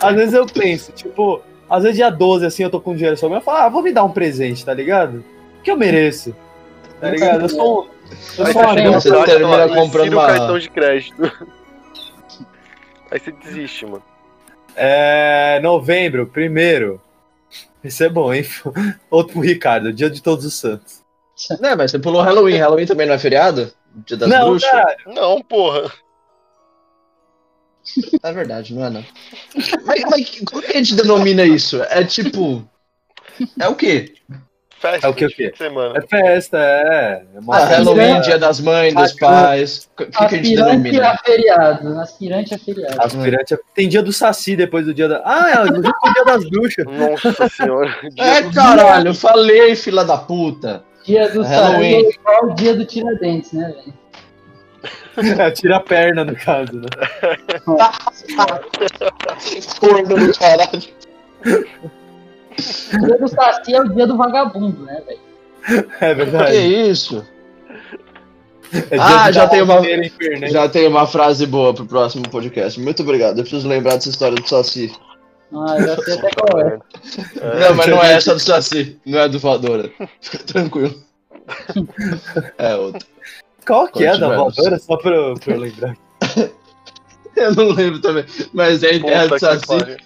S1: às vezes eu penso, tipo, às vezes dia 12, assim, eu tô com dinheiro sobre, eu falo, ah, vou me dar um presente, tá ligado? Que eu mereço. Tá ligado? Eu sou um. Eu
S3: Aí
S1: sou uma
S3: você chega no
S1: criança.
S2: você
S3: final e
S2: termina
S3: fala, "Insira
S2: comprando
S3: o
S2: uma-
S3: cartão de crédito. Aí você desiste, mano.
S1: É, novembro, primeiro. Isso é bom, hein? Outro pro Ricardo, dia de todos os santos.
S2: Né, mas você pulou Halloween. Halloween também não é feriado? Dia das
S1: não,
S2: bruxas?
S1: cara,
S3: Não, porra.
S2: É verdade, não é não. mas, mas como que a gente denomina isso? É tipo. É o quê?
S3: Festa
S1: É o que, o
S3: de
S1: quê?
S3: fim de semana.
S1: é festa, é. é uma
S2: Ah, Halloween,
S5: é-
S2: dia das mães, dos
S1: Ah,
S2: pais. O que, que a gente
S5: Aspirante
S1: é
S2: denomina?
S5: a feriado. Aspirante a feriado.
S1: Aspirante é- Tem dia do Saci depois do dia da. Ah, é, junto com o dia das bruxas.
S3: Nossa senhora. Dia
S2: É, caralho, eu falei, fila da puta.
S5: Dia do
S2: Halloween.
S5: Halloween. é igual o dia do Tiradentes, né, velho?
S1: É, tira a perna, no caso, né?
S2: Corno do caralho.
S5: O dia do Saci é o dia do vagabundo, né, velho?
S1: É
S2: Que
S1: verdade.
S2: isso?
S1: É dia
S2: Ah,
S1: de
S2: já
S1: dar
S2: tem uma-
S1: alfineira em Fernandes.
S2: Já tem uma frase boa pro próximo podcast. Muito obrigado. Eu preciso lembrar dessa história do Saci.
S5: Ah, eu já sei até qual é.
S3: do-
S2: Não, mas não é essa do Saci. Não é do Voadora. Fica tranquilo. É outra.
S1: Qual que é da
S2: Continuamos.
S1: voadora? Só pra eu, pra eu lembrar.
S2: Eu não lembro também. Mas é em terra
S3: Puta
S2: do
S3: que
S2: Saci.
S3: pariu.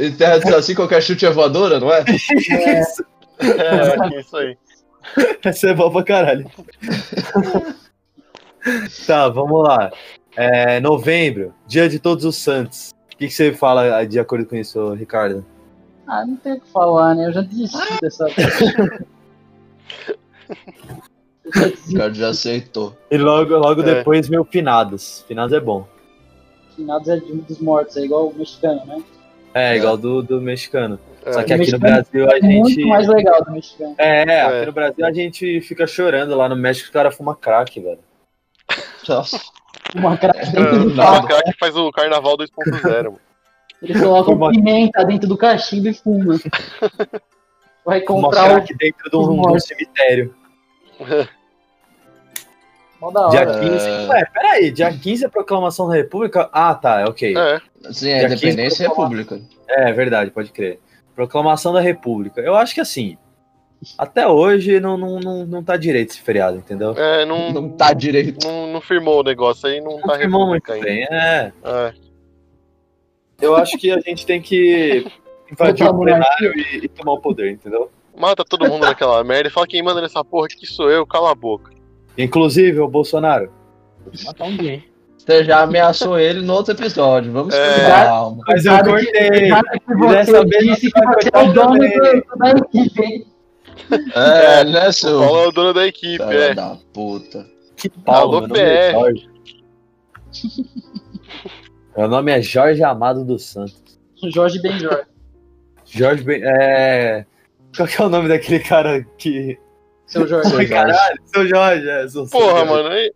S2: Em terra do Saci, qualquer chute é voadora, não é?
S1: Isso,
S3: É, aqui, isso aí.
S1: Essa é boa pra caralho. tá, vamos lá. É, novembro, dia de todos os santos. O que, que você fala de acordo com isso, Ricardo?
S5: Ah, não tem o que falar, né? Eu já desisti dessa. eu já
S2: O
S5: desisti
S2: cara já aceitou.
S1: E logo, logo
S3: É.
S1: depois, meu finados. Finados é bom.
S5: finados é de um dos mortos, é igual o mexicano, né?
S1: É, igual do, do mexicano. Só
S3: É.
S1: que aqui no
S5: Mexicano
S1: Brasil a
S5: É
S1: gente.
S5: muito mais legal do mexicano.
S1: É, aqui
S3: É.
S1: no Brasil a gente fica chorando. Lá no México os caras fumam crack, velho.
S2: Nossa.
S5: Uma craque dentro do
S3: É,
S5: carro.
S3: O cara que faz o carnaval 2.0, mano.
S5: Eles colocam
S1: Uma-
S5: pimenta dentro do cachimbo e fuma. Vai
S1: Fuma
S5: comprar o.
S1: crack dentro de um, de um
S5: Nossa.
S1: cemitério.
S5: Mó da
S1: Dia
S5: hora.
S1: 15. Ué, peraí, dia 15 é proclamação da República? Ah, tá, é ok.
S3: É.
S2: Sim, é
S1: Já quis
S2: independência e
S1: falar.
S2: república.
S1: É verdade, pode crer. Proclamação da República. Eu acho que assim, até hoje não, não, não, não tá direito esse feriado, entendeu?
S3: É, não,
S2: Não tá direito.
S3: não, não firmou o negócio aí, não, tá
S1: Confirmou muito
S3: república ainda.
S1: bem, é.
S3: É.
S1: Eu acho que a gente tem que invadir
S5: Botar a
S1: o
S5: monarquia.
S1: plenário e, e tomar o poder, entendeu?
S3: Mata todo mundo naquela merda e fala quem manda nessa porra aqui sou eu, cala a boca.
S1: Inclusive, o Bolsonaro.
S2: Você já ameaçou ele no outro episódio. Vamos
S3: É.
S2: com calma.
S1: Mas eu
S5: Sabe que-
S1: cortei.
S5: Nada que
S1: dessa
S5: você
S1: vez
S5: disse que
S1: vai
S5: você é
S1: cortar
S5: o dono
S1: também.
S5: do- da equipe, hein?
S2: É, né,
S3: O
S2: seu.
S3: Paulo é o dono da equipe,
S2: Filha
S3: é.
S2: da puta.
S1: Que pau,
S3: Alô,
S1: meu nome é
S3: PR.
S1: Jorge. Meu nome é Jorge Amado dos Santos.
S5: Jorge Benjor.
S1: Jorge Ben. É... Qual que é o nome daquele cara que.
S5: Seu Jorge.
S1: Ai, caralho, seu Jorge. É, sou seu
S3: Porra,
S1: Jorge.
S3: mano. Aí...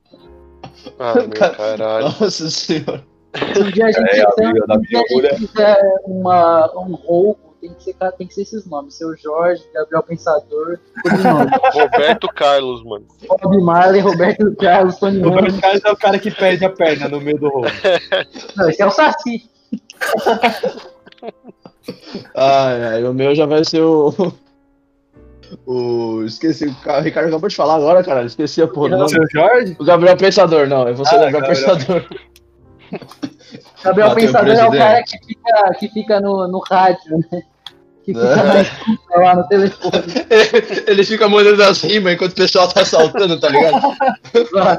S3: Ah, meu caralho.
S2: Nossa senhora.
S5: Se um dia a gente,
S1: É,
S5: se um
S1: amigo da
S5: dia
S1: minha
S5: a
S1: mulher.
S5: gente fizer uma, um roubo, tem que, ser, ca- tem que ser esses nomes. Seu Jorge, Gabriel Pensador, todo nome.
S3: Roberto Carlos, mano.
S5: Bob Marley, Roberto Carlos, Tony
S1: O
S5: Ramos.
S1: Roberto Carlos é o cara que perde a perna no meio do rolo.
S5: Não, esse é o Saci.
S2: Ai, ai, o meu já vai ser o. O... Esqueci, o ca- o Ricardo acabou de falar agora, cara. Esqueci a porra. do nome.
S1: Seu Jorge?
S2: O Gabriel Pensador, não. É você,
S1: Ah,
S2: Gabriel
S1: Gabriel.
S2: Pensador.
S5: Gabriel
S2: Bateu o
S5: Pensador é o
S2: presidente.
S5: cara que fica, que fica no, no rádio, né? Que fica na escuta lá no telefone.
S2: Ele fica mandando as rimas enquanto o pessoal tá saltando, tá ligado?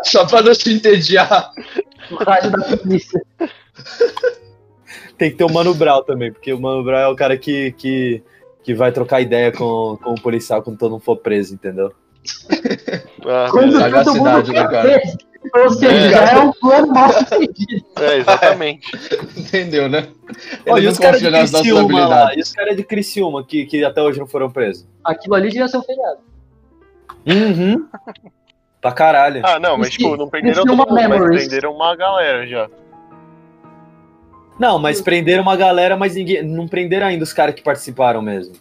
S2: Só pra não se entediar.
S5: No rádio da polícia.
S1: Tem que ter o Mano Brown também, porque o Mano Brown é o cara que, que, que vai trocar ideia com, com o policial quando todo mundo for preso, entendeu?
S3: Ah,
S5: Quando
S2: Sagacidade,
S5: todo
S2: né,
S5: mundo quer
S2: cara?
S5: preso. Ou seja,
S2: É.
S5: já é um plano mal sucedido.
S3: é, exatamente.
S2: Entendeu, né? Ele
S1: Olha, e
S2: não
S1: os caras de
S2: confia nas nossas
S1: Criciúma lá,
S2: habilidades.
S1: e os caras de Criciúma que, que até hoje não foram presos.
S5: Aquilo ali devia ser um feriado.
S1: Uhum. pra caralho.
S3: Ah, não, mas
S5: Isso-
S3: tipo, não prenderam
S5: isso é
S3: todo
S5: uma
S3: mundo, mas
S5: memories.
S3: prenderam uma galera já.
S1: Não, mas prenderam uma galera, mas ninguém. Não prenderam ainda os caras que participaram mesmo.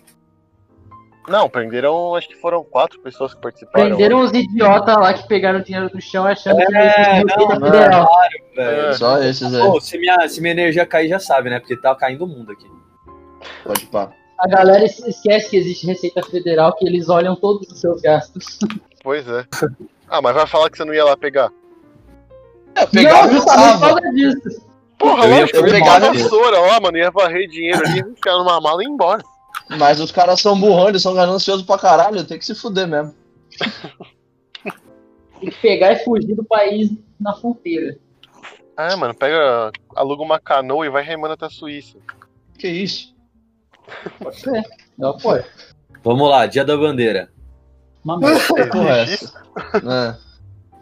S3: Não, prenderam, acho que foram quatro pessoas que participaram.
S5: Prenderam um- os idiotas lá que pegaram dinheiro do chão achando
S1: É,
S5: que eles tinham
S1: não,
S5: vida federal.
S1: velho.
S3: É.
S2: Só esses aí.
S1: Pô, se minha, se minha energia cair, já sabe, né? Porque tá caindo o mundo aqui.
S2: Pode pá.
S5: A galera es- esquece que existe Receita Federal, que eles olham todos os seus gastos.
S3: Pois é. Ah, mas vai falar que você não ia lá pegar.
S2: É,
S5: não,
S2: pegava
S1: um
S2: e
S5: justamente por
S2: usava.
S5: causa disso.
S3: Porra,
S1: Eu ia-
S3: lógico,
S2: eu
S3: eu ia pegar
S2: pegava-
S3: a vassoura lá, mano, ia varrer dinheiro ali, ia enfiar numa mala e ir embora.
S2: Mas os caras são burrão, eles são gananciosos pra caralho. Tem que se fuder mesmo.
S5: Tem que pegar e fugir do país na fronteira.
S3: Ah, mano, pega, aluga uma canoa e vai remando até a Suíça.
S2: Que isso?
S5: Pode
S2: É.
S5: ser. Não, pô.
S1: Vamos lá, dia da bandeira.
S5: Uma merda.
S2: Porra,
S3: Existe
S2: essa.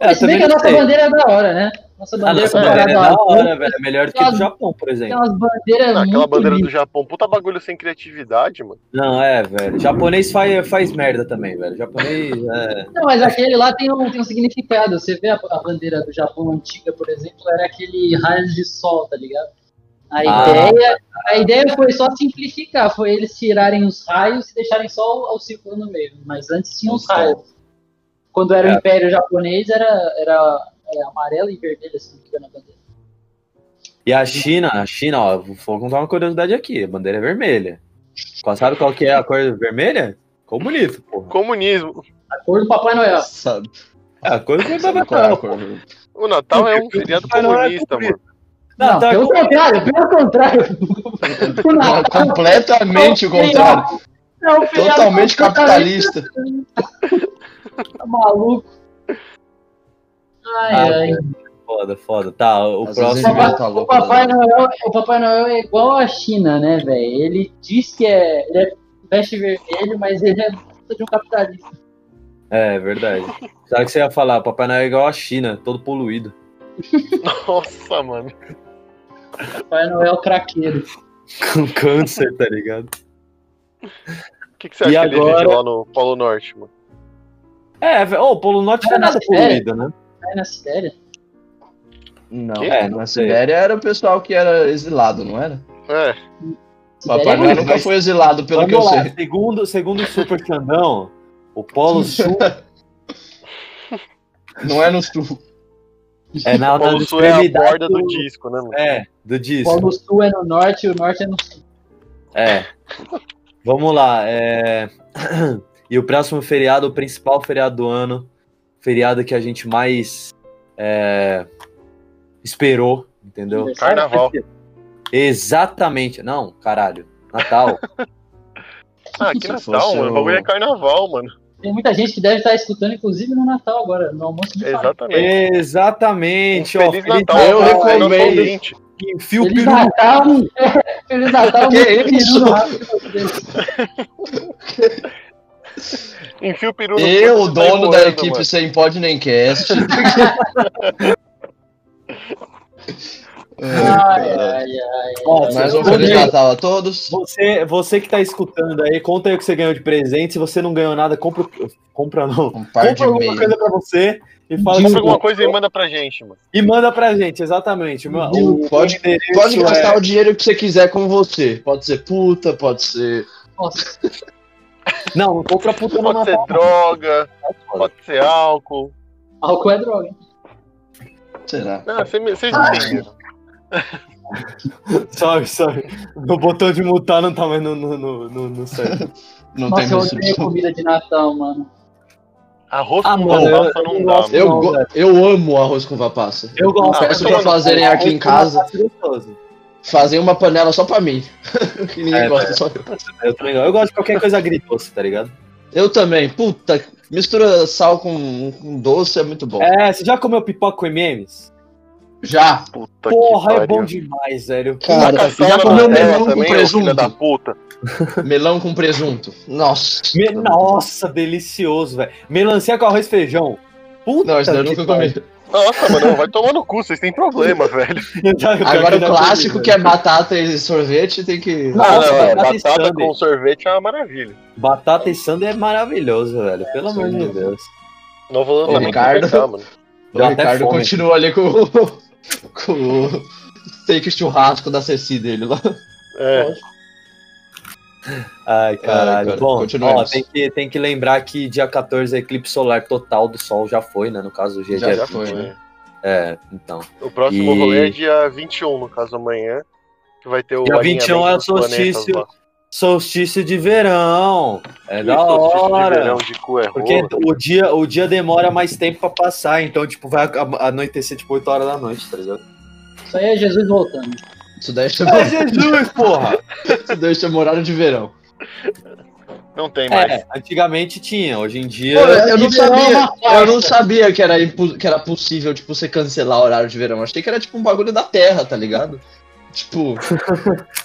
S2: É.
S1: É, eu
S5: Se
S1: também
S5: bem que a
S1: não
S5: nossa
S1: sei.
S5: bandeira é da hora, né? Nossa
S1: A
S5: bandeira,
S1: nossa
S5: é
S1: bandeira é da
S5: Tem
S1: hora, velho. É melhor do que a do Japão, por exemplo.
S5: umas bandeiras
S3: Ah, aquela
S5: é muito
S3: bandeira do
S5: bonitas.
S3: Japão, puta bagulho sem criatividade, mano.
S1: Não, é, velho. Japonês faz, faz merda também, velho. Japonês é.
S5: Não, mas aquele lá tem um, tem um significado. Você vê a, a bandeira do Japão antiga, por exemplo, era aquele raio de sol, tá ligado? A
S1: Ah.
S5: ideia, a ideia foi só simplificar, foi eles tirarem os raios e deixarem só o, o círculo no meio. Mas antes tinha os
S1: Sim.
S5: raios. Quando era
S1: É.
S5: o Império Japonês, era, era é, amarelo e vermelho, assim, que na bandeira.
S1: E a China, a China, ó, vou contar uma curiosidade aqui. A bandeira é vermelha. Qual- Sabe qual que é a cor vermelha? Comunismo, porra.
S3: Comunismo.
S5: A cor do Papai Noel.
S2: Sabe,
S1: É a cor do
S2: sabe qual é a cor? viu?
S3: O Natal é um feriado
S1: Mas não é
S3: comunista,
S1: comunista.
S3: mano.
S5: Não,
S1: Natal é
S5: pelo
S1: comunista.
S5: contrário, pelo contrário. O
S2: É
S5: Natal
S2: completamente o contrário.
S5: é um feriado
S2: Totalmente capitalista.
S5: Tá maluco. Ai,
S1: Ah,
S5: ai.
S1: Foda, foda. Tá, o
S2: Às
S1: próximo.
S2: vezes
S5: O Papai,
S2: Tá louco,
S5: o Papai Noel, o Papai Noel é igual a China, né, velho? Ele diz que é, ele é veste vermelho, mas ele é puta de um capitalista.
S1: É, verdade. Sabe o que você ia falar? Papai Noel é igual a China, todo poluído.
S3: Nossa, mano.
S5: Papai Noel é craqueiro.
S1: Com câncer, tá ligado?
S3: O que, que você
S1: E
S3: acha que ele vive
S1: agora?
S3: lá no Polo Norte, mano?
S1: É, velho. Ô, o Polo Norte não é
S5: Cara,
S1: nada
S5: é.
S1: poluído, né?
S5: Vai na Sibéria.
S2: Não,
S3: Que?
S1: É, não
S2: na
S1: sei.
S2: Sibéria era o pessoal que era exilado, não era?
S3: É,
S5: Sibéria
S2: Papai Noel
S5: é
S2: nunca
S1: mas-
S2: foi exilado, pelo
S1: Vamos
S2: que eu
S1: lá,
S2: sei.
S1: Segundo, segundo o Super Xandão, o Polo Sul
S2: Não é no sul.
S1: é na,
S3: o
S1: na
S3: Polo Sul é a
S1: extremidade
S3: borda do disco, né, mano?
S1: É, do
S5: o
S1: disco.
S5: Polo Sul é no norte e o norte é no sul.
S1: É. Vamos lá. é, E o próximo feriado, o principal feriado do ano, feriado que a gente mais é, esperou, entendeu?
S3: Carnaval.
S1: Exatamente. Não, caralho. Natal.
S3: Ah, que
S2: Se
S3: Natal,
S2: fosse
S3: mano. O
S2: o-
S3: bagulho é carnaval, mano.
S5: Tem muita gente que deve estar escutando, inclusive, no Natal agora, no almoço
S1: É,
S5: de família.
S3: Exatamente.
S1: Exatamente.
S3: Um
S1: ó,
S3: Feliz Natal,
S2: Eu
S3: Natal,
S2: recomendo.
S3: nosso ouvinte.
S1: Enfia o
S5: Feliz
S1: peru.
S5: Natal! Feliz Natal!
S2: Que é
S5: muito peru
S2: isso?
S5: no rabo de vocês.
S3: Enfia o peru no
S2: Eu, o
S3: cu, você sai
S2: dono da
S3: voando,
S2: equipe
S3: mano.
S2: sem pod nem cast.
S5: Ai,
S2: Ai,
S5: ai,
S2: cara.
S5: ai.
S1: Ó,
S2: Mais um
S1: você-
S2: Feliz Natal a todos.
S1: Você, você que tá escutando aí, conta aí o que você ganhou de presente. Se você não ganhou nada, compra, o- compra não.
S2: Um par de
S1: compra alguma
S2: meia.
S1: coisa pra você e fala
S3: Compra
S1: que-
S3: alguma coisa e manda pra gente, mano.
S1: E manda pra gente, exatamente. Meu, o
S2: Pode-
S1: endereço
S2: Pode gastar
S1: é-
S2: o dinheiro que você quiser com você. Pode ser puta, pode ser.
S5: Nossa,
S1: Não, não compra puta no
S3: Pode ser
S1: Natal.
S3: droga, pode ser álcool.
S5: álcool é droga. hein?
S2: Será?
S3: Não, cê me- vocês entenderam.
S1: Sorry, sorry. O botão de mutar não tá mais no, no, no, no, no certo.
S2: Não
S5: Nossa,
S2: tem
S5: eu odeio
S2: restrição.
S5: comida de Natal, mano.
S3: Arroz
S1: Ah,
S3: com
S1: mano,
S3: batata
S1: eu-
S3: não
S1: eu
S3: dá,
S1: gosto-
S3: mano.
S2: Eu,
S1: Não,
S2: go-
S1: velho.
S2: eu amo arroz com vapaça.
S1: Eu
S3: Ah,
S1: gosto.
S2: Peço pra fazerem aqui em casa.
S3: é
S2: Fazem uma panela só pra mim. que ninguém
S1: É,
S2: gosta, só eu.
S1: Eu também gosto. Eu gosto de qualquer coisa agridoce, tá ligado?
S2: Eu também. Puta, mistura sal com, com doce é muito bom.
S1: É, você já comeu pipoca com MMs?
S2: Já.
S3: Puta
S1: Porra, é
S3: pariu.
S1: bom demais, velho.
S2: Cara,
S3: Caçamba
S2: já
S3: na
S2: comeu
S3: terra
S2: melão com
S3: também, ô Filho da
S2: presunto?
S3: puta.
S2: Melão com presunto. Nossa.
S1: Me- Nossa, delicioso, velho. Melancia com arroz e feijão. Puta
S2: Não, isso daí eu
S1: que
S2: nunca
S1: pariu.
S2: comi.
S3: Nossa, mano, vai tomar no cu, vocês têm problema, velho.
S1: Eu já- eu
S2: Agora
S1: já
S2: o
S1: comi,
S2: clássico
S1: velho.
S2: que é batata e sorvete tem que.
S1: Nossa,
S3: Ah, não, é,
S1: batata e
S3: batata
S1: sundae.
S3: com sorvete é uma maravilha.
S1: Batata e sanduíche é maravilhoso, velho. Pelo amor de Deus.
S3: Novo lançamento
S2: Ricardo.
S3: do mercado, mano.
S2: o
S1: Deu até
S2: Ricardo
S1: fome.
S2: continua ali com, com o steak churrasco da Ceci dele lá.
S3: É,
S1: Ai, caralho.
S2: cara,
S1: Bom,
S2: É, continuemos.
S1: ó, tem, que, tem que lembrar que dia 14 é eclipse solar total do Sol. Já foi, né? No caso, hoje é
S2: Já,
S1: dia
S2: já
S1: 20.
S2: foi, né?
S1: É, então.
S3: O próximo
S1: E-
S3: rolê é dia 21, no caso amanhã. Que vai ter o.
S1: Dia
S3: alinhamento
S1: 21 é o
S3: dos planetas
S1: solstício.
S3: lá.
S1: Solstício de verão. É da
S3: Solstício De
S1: hora.
S3: verão de cu é
S1: Porque
S3: rola.
S1: o dia, o dia demora mais tempo pra passar, então, tipo, vai a- a- anoitecer, tipo, 8 horas da noite, tá ligado?
S5: Isso aí é Jesus voltando.
S2: Isso daí chama,
S1: É Jesus, porra!
S2: isso daí chama horário de verão.
S3: Não tem mais.
S1: É, antigamente tinha, hoje em
S2: Pô,
S1: dia...
S2: eu, eu não
S5: De verão é
S2: sabia,
S5: uma festa.
S2: eu não sabia que era, impo- que era possível, tipo, você cancelar o horário de verão. Achei que era tipo um bagulho da terra, tá ligado? Tipo,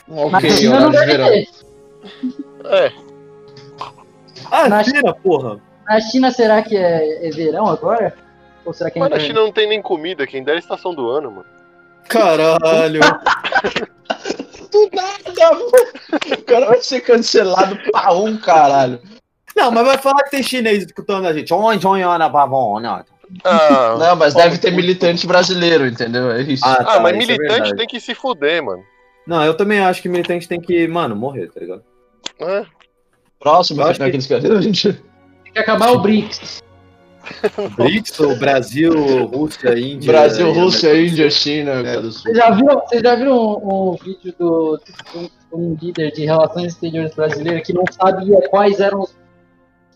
S5: Na
S2: ok,
S5: China não
S2: é horário de
S5: deve
S2: verão.
S5: ter.
S3: É,
S1: Ah,
S5: na-
S1: tira, porra!
S5: Na China será que é, é verão agora? Ou será que é
S3: mano, a
S5: inverno?
S3: China não tem nem comida, quem dera é a estação do ano, mano.
S1: Caralho!
S2: Do nada, mano. O cara vai ser cancelado pra um caralho.
S1: Não, mas vai falar que tem chinês escutando a gente. Oi, oi, Ana, babon, Ana.
S3: Ah,
S2: Não, mas deve ter militante brasileiro, entendeu? É isso.
S1: Ah,
S3: ah,
S1: tá,
S3: mas
S1: isso é
S3: militante
S1: verdade.
S3: tem que se fuder, mano.
S1: Não, eu também acho que militante tem que, mano, morrer, tá ligado?
S3: É.
S2: Próximo,
S1: eu acho
S2: acho que... gente.
S5: Tem que acabar o BRICS.
S1: BRICS, o Brasil, Rússia, Índia.
S2: Brasil,
S1: e-
S2: Rússia, Índia, China, Coreia do Sul.
S5: Vocês já viram, vocês já viram um, um vídeo do de um, um líder de relações exteriores brasileiro que não sabia quais eram os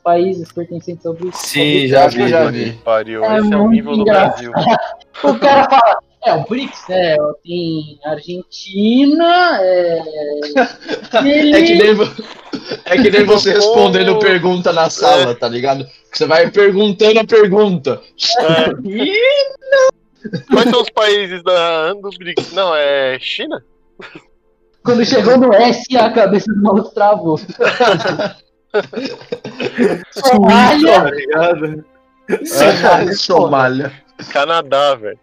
S5: países pertencentes ao BRICS?
S1: Sim,
S2: Eu
S1: já
S2: acho que eu
S1: vi.
S2: já
S1: mano.
S2: vi.
S3: Pariu,
S5: É
S3: esse é o
S5: muito
S3: nível do
S5: engraçado.
S3: Brasil.
S5: O cara fala, é, o BRICS, né? Tem Argentina, é. Chile,
S2: É que nem, vo- é que nem você respondendo pergunta na sala, tá ligado? Que Você vai perguntando a pergunta.
S3: É. Quais são os países da, do BRICS? Não, é China?
S5: Quando chegou no S, a cabeça do maluco travou. Somália,
S1: Tá ligado?
S2: É, Somália. Somália.
S3: Canadá, velho.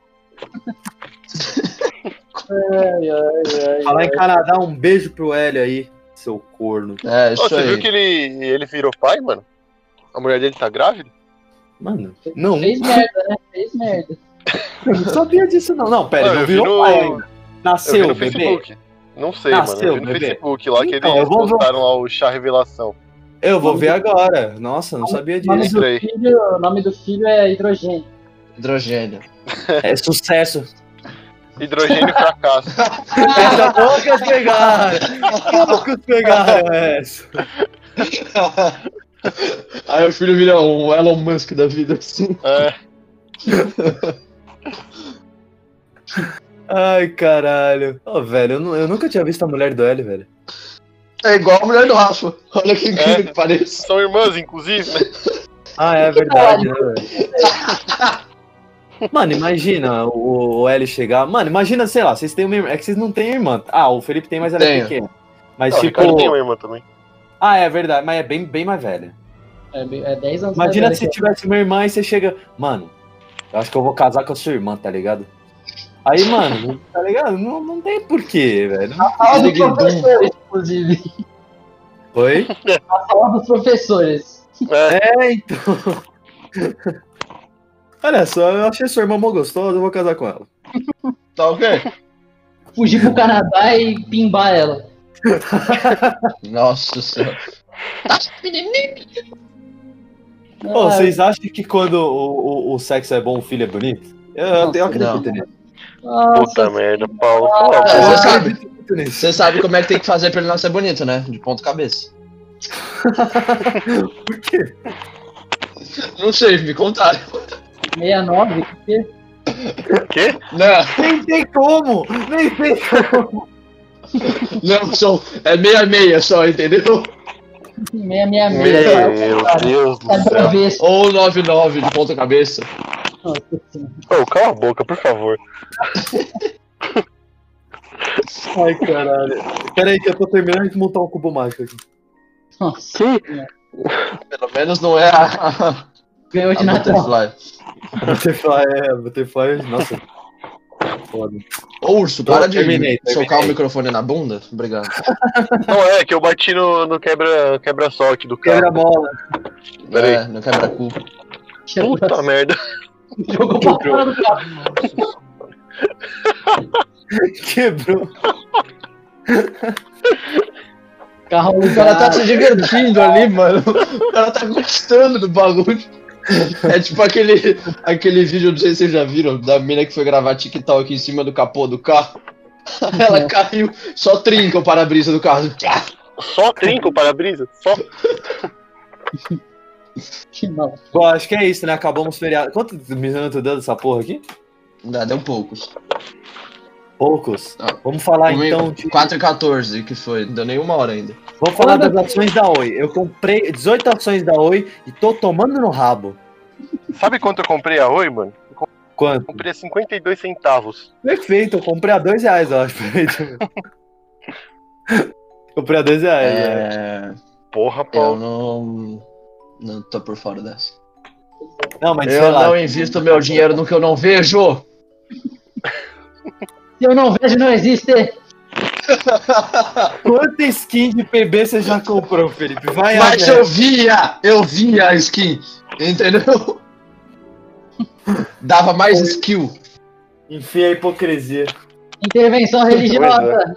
S1: Falar em Canadá, um beijo pro Hélio aí, seu corno.
S2: É,
S3: Ó,
S2: isso
S3: você viu
S2: aí.
S3: que ele, ele virou pai, mano? A mulher dele tá grávida?
S1: Mano, não, eu
S5: fez merda, né? Fez merda.
S1: não sabia disso, não. Não, pera,
S3: Não,
S1: não
S3: Ah, eu
S1: virou
S3: vi no-
S1: pai ainda.
S3: Eu vi
S1: Nasceu,
S3: no
S1: bebê.
S3: Facebook. Não sei, mano.
S1: Nasceu,
S3: Eu vi no
S1: bebê.
S3: Facebook lá que
S1: Então, eu
S3: eles
S1: vou-
S3: postaram lá o chá revelação.
S1: Eu vou ver agora. Nossa, não sabia
S5: O nome,
S1: disso.
S5: do
S3: Entrei.
S5: filho, o nome do filho é hidrogênio.
S2: Hidrogênio.
S1: É sucesso.
S3: Hidrogênio fracasso.
S5: É,
S1: Essa poucas pegaram. Poucos pegaram essa.
S2: Aí o filho vira um Elon Musk da vida, assim.
S3: É,
S1: Ai, caralho. Ô, velho, eu, nu- eu nunca tinha visto a mulher do Hélio, velho.
S2: É igual a mulher do Rafa. Olha que incrível que parece.
S3: são irmãs, inclusive, né?
S1: Ah, é verdade, né, velho? Mano, imagina o, o Hélio chegar. Mano, imagina, sei lá, vocês têm uma irmã. É que vocês não têm irmã. Ah, o Felipe tem, mas ela é
S2: Tenho.
S1: pequena. Mas,
S3: Não, o
S1: tipo.
S3: Ricardo tem uma irmã também.
S1: Ah, é verdade, mas é bem, bem mais velha.
S5: É, bem- é 10 anos
S1: Imagina
S5: mais
S1: se
S5: velho
S1: tivesse uma irmã e você chega. Mano, eu acho que eu vou casar com a sua irmã, tá ligado? Aí, mano, tá ligado? Não, não tem porquê, velho.
S5: que eu. A sala dos
S2: Guidum.
S5: professores, inclusive.
S1: Oi?
S5: A sala dos professores.
S3: É,
S1: É, então. Olha só, eu achei sua irmã mó gostosa, eu vou casar com ela.
S2: Tá ok?
S5: Fugir pro Canadá e pimbar ela.
S2: Nossa senhora.
S1: Pô,
S5: Ah,
S1: vocês acham que quando o, o, o sexo é bom, o filho é bonito? Eu, eu, eu acredito
S2: Não.
S1: nisso.
S5: nossa,
S3: puta merda, Paulo. por favor.
S2: Você
S1: Eu
S2: sabe.
S1: acredito nisso.
S2: Você sabe como é que tem que fazer pra ele não ser bonito, né? De ponto cabeça.
S1: Por quê?
S2: Não sei, me contaram.
S5: 69? por quê?
S3: Quê?
S2: Não,
S1: Nem sei como! Nem sei como!
S2: não, só, é meia-meia só, entendeu?
S5: Assim, 666.
S3: Meu Deus do
S5: É pra
S3: céu.
S5: ver se.
S2: Ou 99 de ponta cabeça.
S3: Ô, cala a boca, por favor.
S2: Ai, caralho.
S1: Pera aí, que eu tô terminando de montar um cubo mágico aqui.
S5: Nossa,
S3: Que?
S2: Pelo menos não é a, a,
S5: ganhou
S3: Ah,
S5: de Natal.
S2: Butterfly.
S1: Butterfly é. Butterfly. Nossa. Foda.
S2: Ô, Urso, para de
S1: Terminei, terminei.
S2: socar o microfone na bunda. Obrigado.
S3: Não é, que eu bati no, no quebra- quebra-sorte do carro.
S1: Quebra-mola.
S3: Peraí.
S2: É, não quebra cu.
S5: Chegou
S3: Puta merda.
S5: jogou pra fora do carro.
S1: Quebrou.
S5: Carro
S2: O cara tá se divertindo ali, mano. O cara tá gostando do bagulho. É tipo aquele, aquele vídeo, não sei se vocês já viram, da mina que foi gravar TikTok em cima do capô do carro. Ela caiu, só trinca o para-brisa do carro. Tchá!
S3: Só trinca o para-brisa? Só.
S5: Que mal.
S1: Bom, acho que é isso, né? Acabamos o feriado. Quantos minutos eu tô dando essa porra aqui?
S2: Não, deu poucos.
S1: Poucos.
S2: Ah.
S1: Vamos falar
S2: Comigo,
S1: então de.
S2: 4 e 14 que foi, não deu nem uma hora ainda.
S1: Vamos falar das ações da Oi. Eu comprei 18 ações da Oi e tô tomando no rabo.
S3: Sabe quanto eu comprei a Oi, mano?
S1: Quanto?
S3: Eu comprei a 52 centavos.
S1: Perfeito, eu comprei a dois reais, eu acho. Perfeito. comprei a dois reais. né?
S2: É,
S3: Porra,
S2: eu
S3: pau.
S2: não. Não tô por fora dessa.
S1: Não, mas sei
S2: Eu
S1: lá.
S2: não invisto meu dinheiro no que eu não vejo.
S5: Se eu não vejo, não existe.
S1: Quanta skin de PB você já comprou, Felipe? Vai
S2: Mas
S1: Abel.
S2: eu via, eu via a skin, entendeu? Dava mais skill.
S1: Enfim, a hipocrisia.
S5: Intervenção religiosa.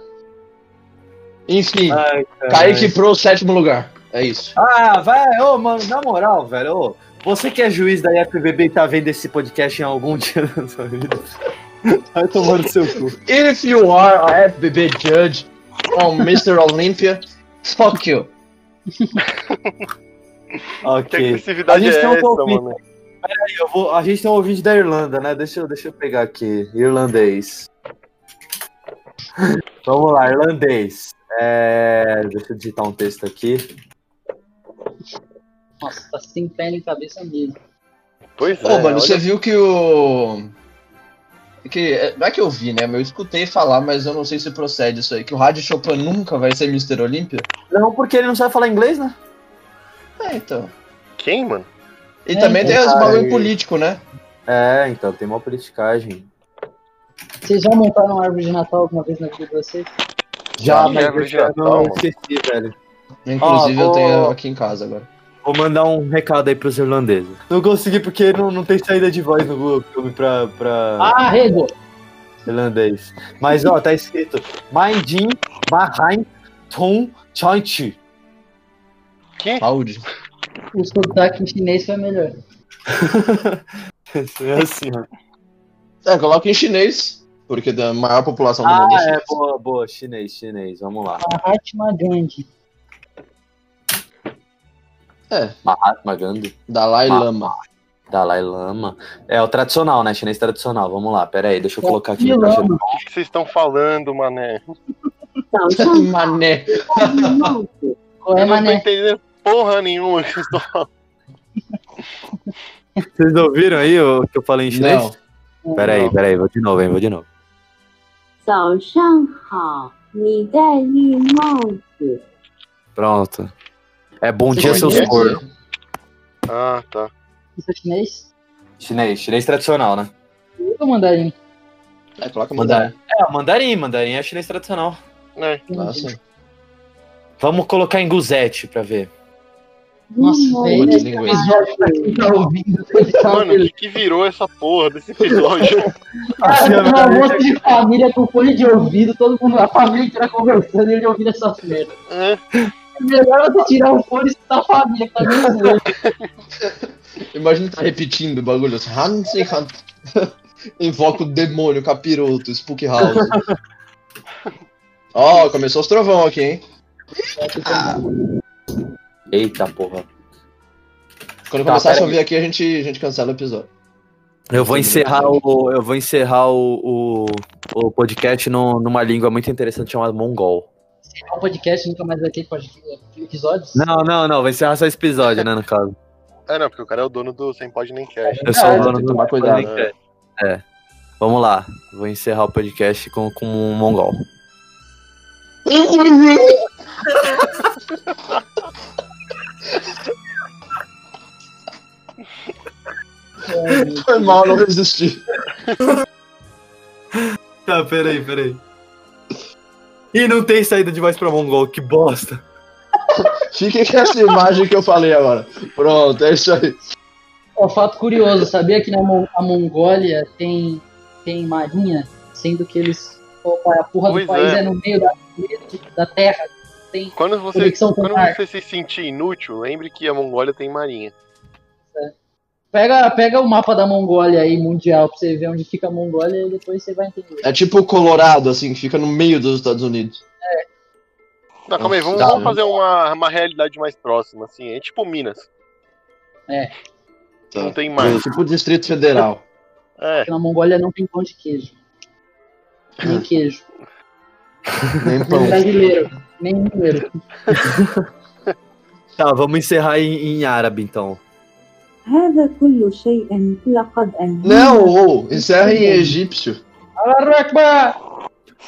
S2: Enfim,
S1: Ai,
S2: Kaique Pro, sétimo lugar. É isso.
S1: Ah, vai, ô, mano, na moral, velho, ô. Você que é juiz da IFBB e tá vendo esse podcast em algum dia da sua vida, vai tomando seu cu.
S2: If you are a FBB judge on Mr. Olympia, fuck you.
S3: Que
S1: Ok. A
S3: agressividade é
S1: gente tem um
S3: essa,
S1: palpite.
S3: mano?
S1: Eu vou- a gente tem um ouvinte da Irlanda, né? Deixa eu, deixa eu pegar aqui. Irlandês. Vamos lá, irlandês. É, deixa eu digitar um texto aqui.
S5: Nossa, tá sem pé nem cabeça mesmo.
S3: Pois é.
S2: Ô, mano,
S3: olha-
S2: você viu que o. Que, é- não é que eu vi, né? mas Eu escutei falar, mas eu não sei se procede isso aí. Que o Rádio Chopin nunca vai ser Mr. Olympia?
S1: Não, porque ele não sabe falar inglês, né?
S2: É, então.
S3: Quem, mano?
S2: E
S5: É,
S2: também tem
S1: então,
S2: os
S1: cara,
S2: bagulho
S1: e-
S2: político, né?
S1: É, então, tem uma politicagem.
S5: Vocês já montaram uma árvore de Natal alguma vez na vida de vocês?
S1: Já, tá
S3: Ah,
S1: mas
S3: lembra
S1: esse
S3: de
S1: ano
S3: Natal,
S1: eu
S3: mano.
S1: esqueci, velho.
S2: Inclusive,
S1: Ó,
S2: eu
S1: ô-
S2: tenho aqui em casa agora.
S1: Vou mandar um recado aí pros irlandeses. Não consegui porque não, não tem saída de voz no Google Chrome pra, pra
S5: Ah, rego!
S1: irlandês. Mas, ó, tá escrito Mindin Mahain Tun Chanchi.
S3: Que?
S2: Saúde.
S5: O sotaque em chinês foi melhor.
S1: É assim, ó.
S2: É, coloca em chinês, porque da maior população do
S1: Ah,
S2: mundo é
S1: é,
S2: chinês.
S1: boa, boa, chinês, chinês, vamos lá.
S5: Mahatma Gandhi.
S1: Mahatma Gandhi,
S2: Dalai
S1: Ah.
S2: Lama.
S1: Dalai Lama. É o tradicional, né? Chinês tradicional, vamos lá, pera aí,
S2: É,
S1: deixa eu colocar aqui.
S5: Dalai
S1: caixa-
S5: Lama.
S3: O que vocês estão falando, mané?
S2: Mané.
S5: Qual é,
S3: eu não tô
S5: mané?
S3: entendendo porra nenhuma que vocês estão falando.
S1: Vocês ouviram aí o que eu falei em
S2: Não.
S1: chinês? Pera aí, pera aí, vou de novo, hein, vou de novo.
S4: 早上好，你戴绿帽子。
S1: Pronto. É bom
S5: Você
S1: dia,
S5: já
S1: seus
S5: viu?
S1: cornos.
S3: Ah, tá.
S5: Isso é chinês?
S1: Chinês, chinês tradicional, né?
S5: Eu vou mandar em
S2: É, coloca mandarim.
S1: É, mandarim, mandarim é chinês tradicional.
S3: É.
S2: Nossa,
S1: Vamos colocar em guzete pra ver.
S5: Nossa, velho,
S2: muito
S5: esse
S2: linguiça.
S5: episódio pra quem tá ouvindo, deve estar
S3: Mano, o que, que virou essa porra desse episódio?
S5: Cara, um almoço de família com fone de ouvido, todo mundo, a família inteira conversando e ele ouvindo essas merdas.
S3: É.
S5: É melhor você tirar o fone e escutar a família, que tá menos longe.
S2: Imagina tá repetindo o bagulho assim. Hansi, Hansi. Invoca o demônio, capiroto, Spook House. Ó, começou os trovão aqui, hein?
S1: Eita porra.
S2: Quando
S1: Tá,
S2: começar a
S1: peraí.
S2: chover aqui, a gente, a gente cancela o episódio.
S1: Eu vou encerrar o, eu vou encerrar o, o, o podcast no- numa língua muito interessante chamada mongol.
S5: É um podcast, nunca mais vai ter podcast- episódios.
S1: Não, não, não, vou encerrar só esse episódio, né, no caso.
S3: É, não, porque o cara é o dono do Sem Pode Nem Cash.
S1: Eu sou
S5: É,
S1: o dono
S2: tem que
S1: do
S2: tomar cuidado, né?
S1: É. É. Vamos lá. Vou encerrar o podcast com, com um mongol.
S2: Foi mal, não resisti.
S1: Tá, peraí, peraí. E não tem saída de voz pra mongol, que bosta.
S2: Fiquem com essa imagem que eu falei agora. Pronto, é isso aí.
S5: Um fato curioso, sabia que na Mon- a Mongólia tem, tem marinha, sendo que eles. Opa, a porra
S3: Pois
S5: do país
S3: é.
S5: é. no meio da, no meio de- da terra. Tem
S3: Quando você,
S5: conexão com o
S3: quando
S5: mar.
S3: você se sentir inútil, lembre que a Mongólia tem marinha.
S5: Pega, pega o mapa da Mongólia aí, mundial, pra você ver onde fica a Mongólia e depois você vai entender.
S2: É tipo o Colorado, assim, que fica no meio dos Estados Unidos.
S3: Não, calma aí, vamos,
S2: Tá.
S3: vamos fazer uma, uma realidade mais próxima, assim. É tipo Minas.
S2: Tá.
S3: Não tem mais.
S2: Tipo o Distrito Federal.
S3: É,
S5: Porque na Mongólia não tem pão de queijo. Nem queijo.
S2: Nem
S5: Nem
S2: pão.
S5: brasileiro. Nem mineiro.
S1: Tá, vamos encerrar em, em árabe então.
S4: هذا كل شيء لقد أنهينا
S2: Não, ou, encerra em egípcio.
S5: Allahu Akbar!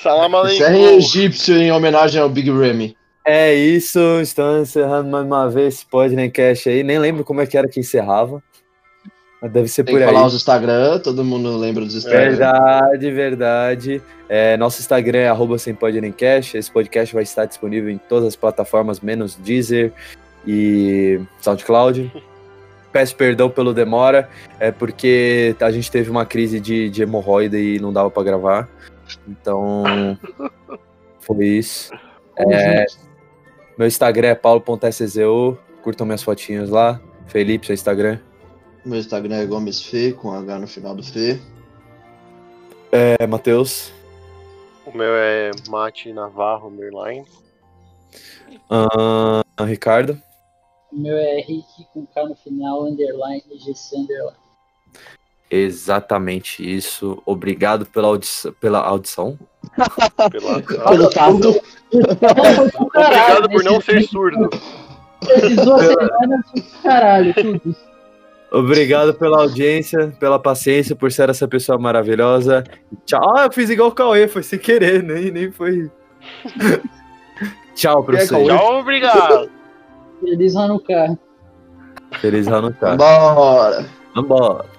S3: salam
S2: Encerra em
S3: aleikum.
S2: egípcio em homenagem ao Big Remy.
S1: É isso, estamos encerrando mais uma vez esse podcast aí. Nem lembro como é que era que encerrava. Mas deve ser
S2: Tem
S1: por
S2: que
S1: aí. É
S2: falar os Instagram, todo mundo lembra dos Instagram.
S1: Verdade, verdade. É, nosso Instagram é arroba sem pode nem cash. Esse podcast vai estar disponível em todas as plataformas, menos Deezer e SoundCloud. Peço perdão pelo demora, é porque a gente teve uma crise de, de hemorroida e não dava pra gravar. Então, foi isso. É, meu Instagram é paulo.szu. Curtam minhas fotinhas lá. Felipe, seu Instagram.
S2: Meu Instagram é Gomes Fê, com H no final do Fê.
S1: É, Matheus.
S3: O meu é Mate Navarro Merline.
S1: Ah, Ricardo.
S5: O meu é Rick com K no final, underline, GC underline.
S1: Exatamente isso. Obrigado pela, audi- pela audição.
S3: Pela...
S2: Pelo tato.
S3: Obrigado por não ser surdo.
S5: Esses duas semanas, caralho, tudo.
S1: Obrigado pela audiência, pela paciência, por ser essa pessoa maravilhosa. Tchau. Ah, eu fiz igual o Cauê, foi sem querer, nem, nem foi. Tchau pra
S2: É,
S1: vocês.
S2: Cauê?
S3: Tchau, obrigado.
S5: Feliz Hanukkah.
S1: Feliz Hanukkah.
S2: Bora!
S1: Vambora.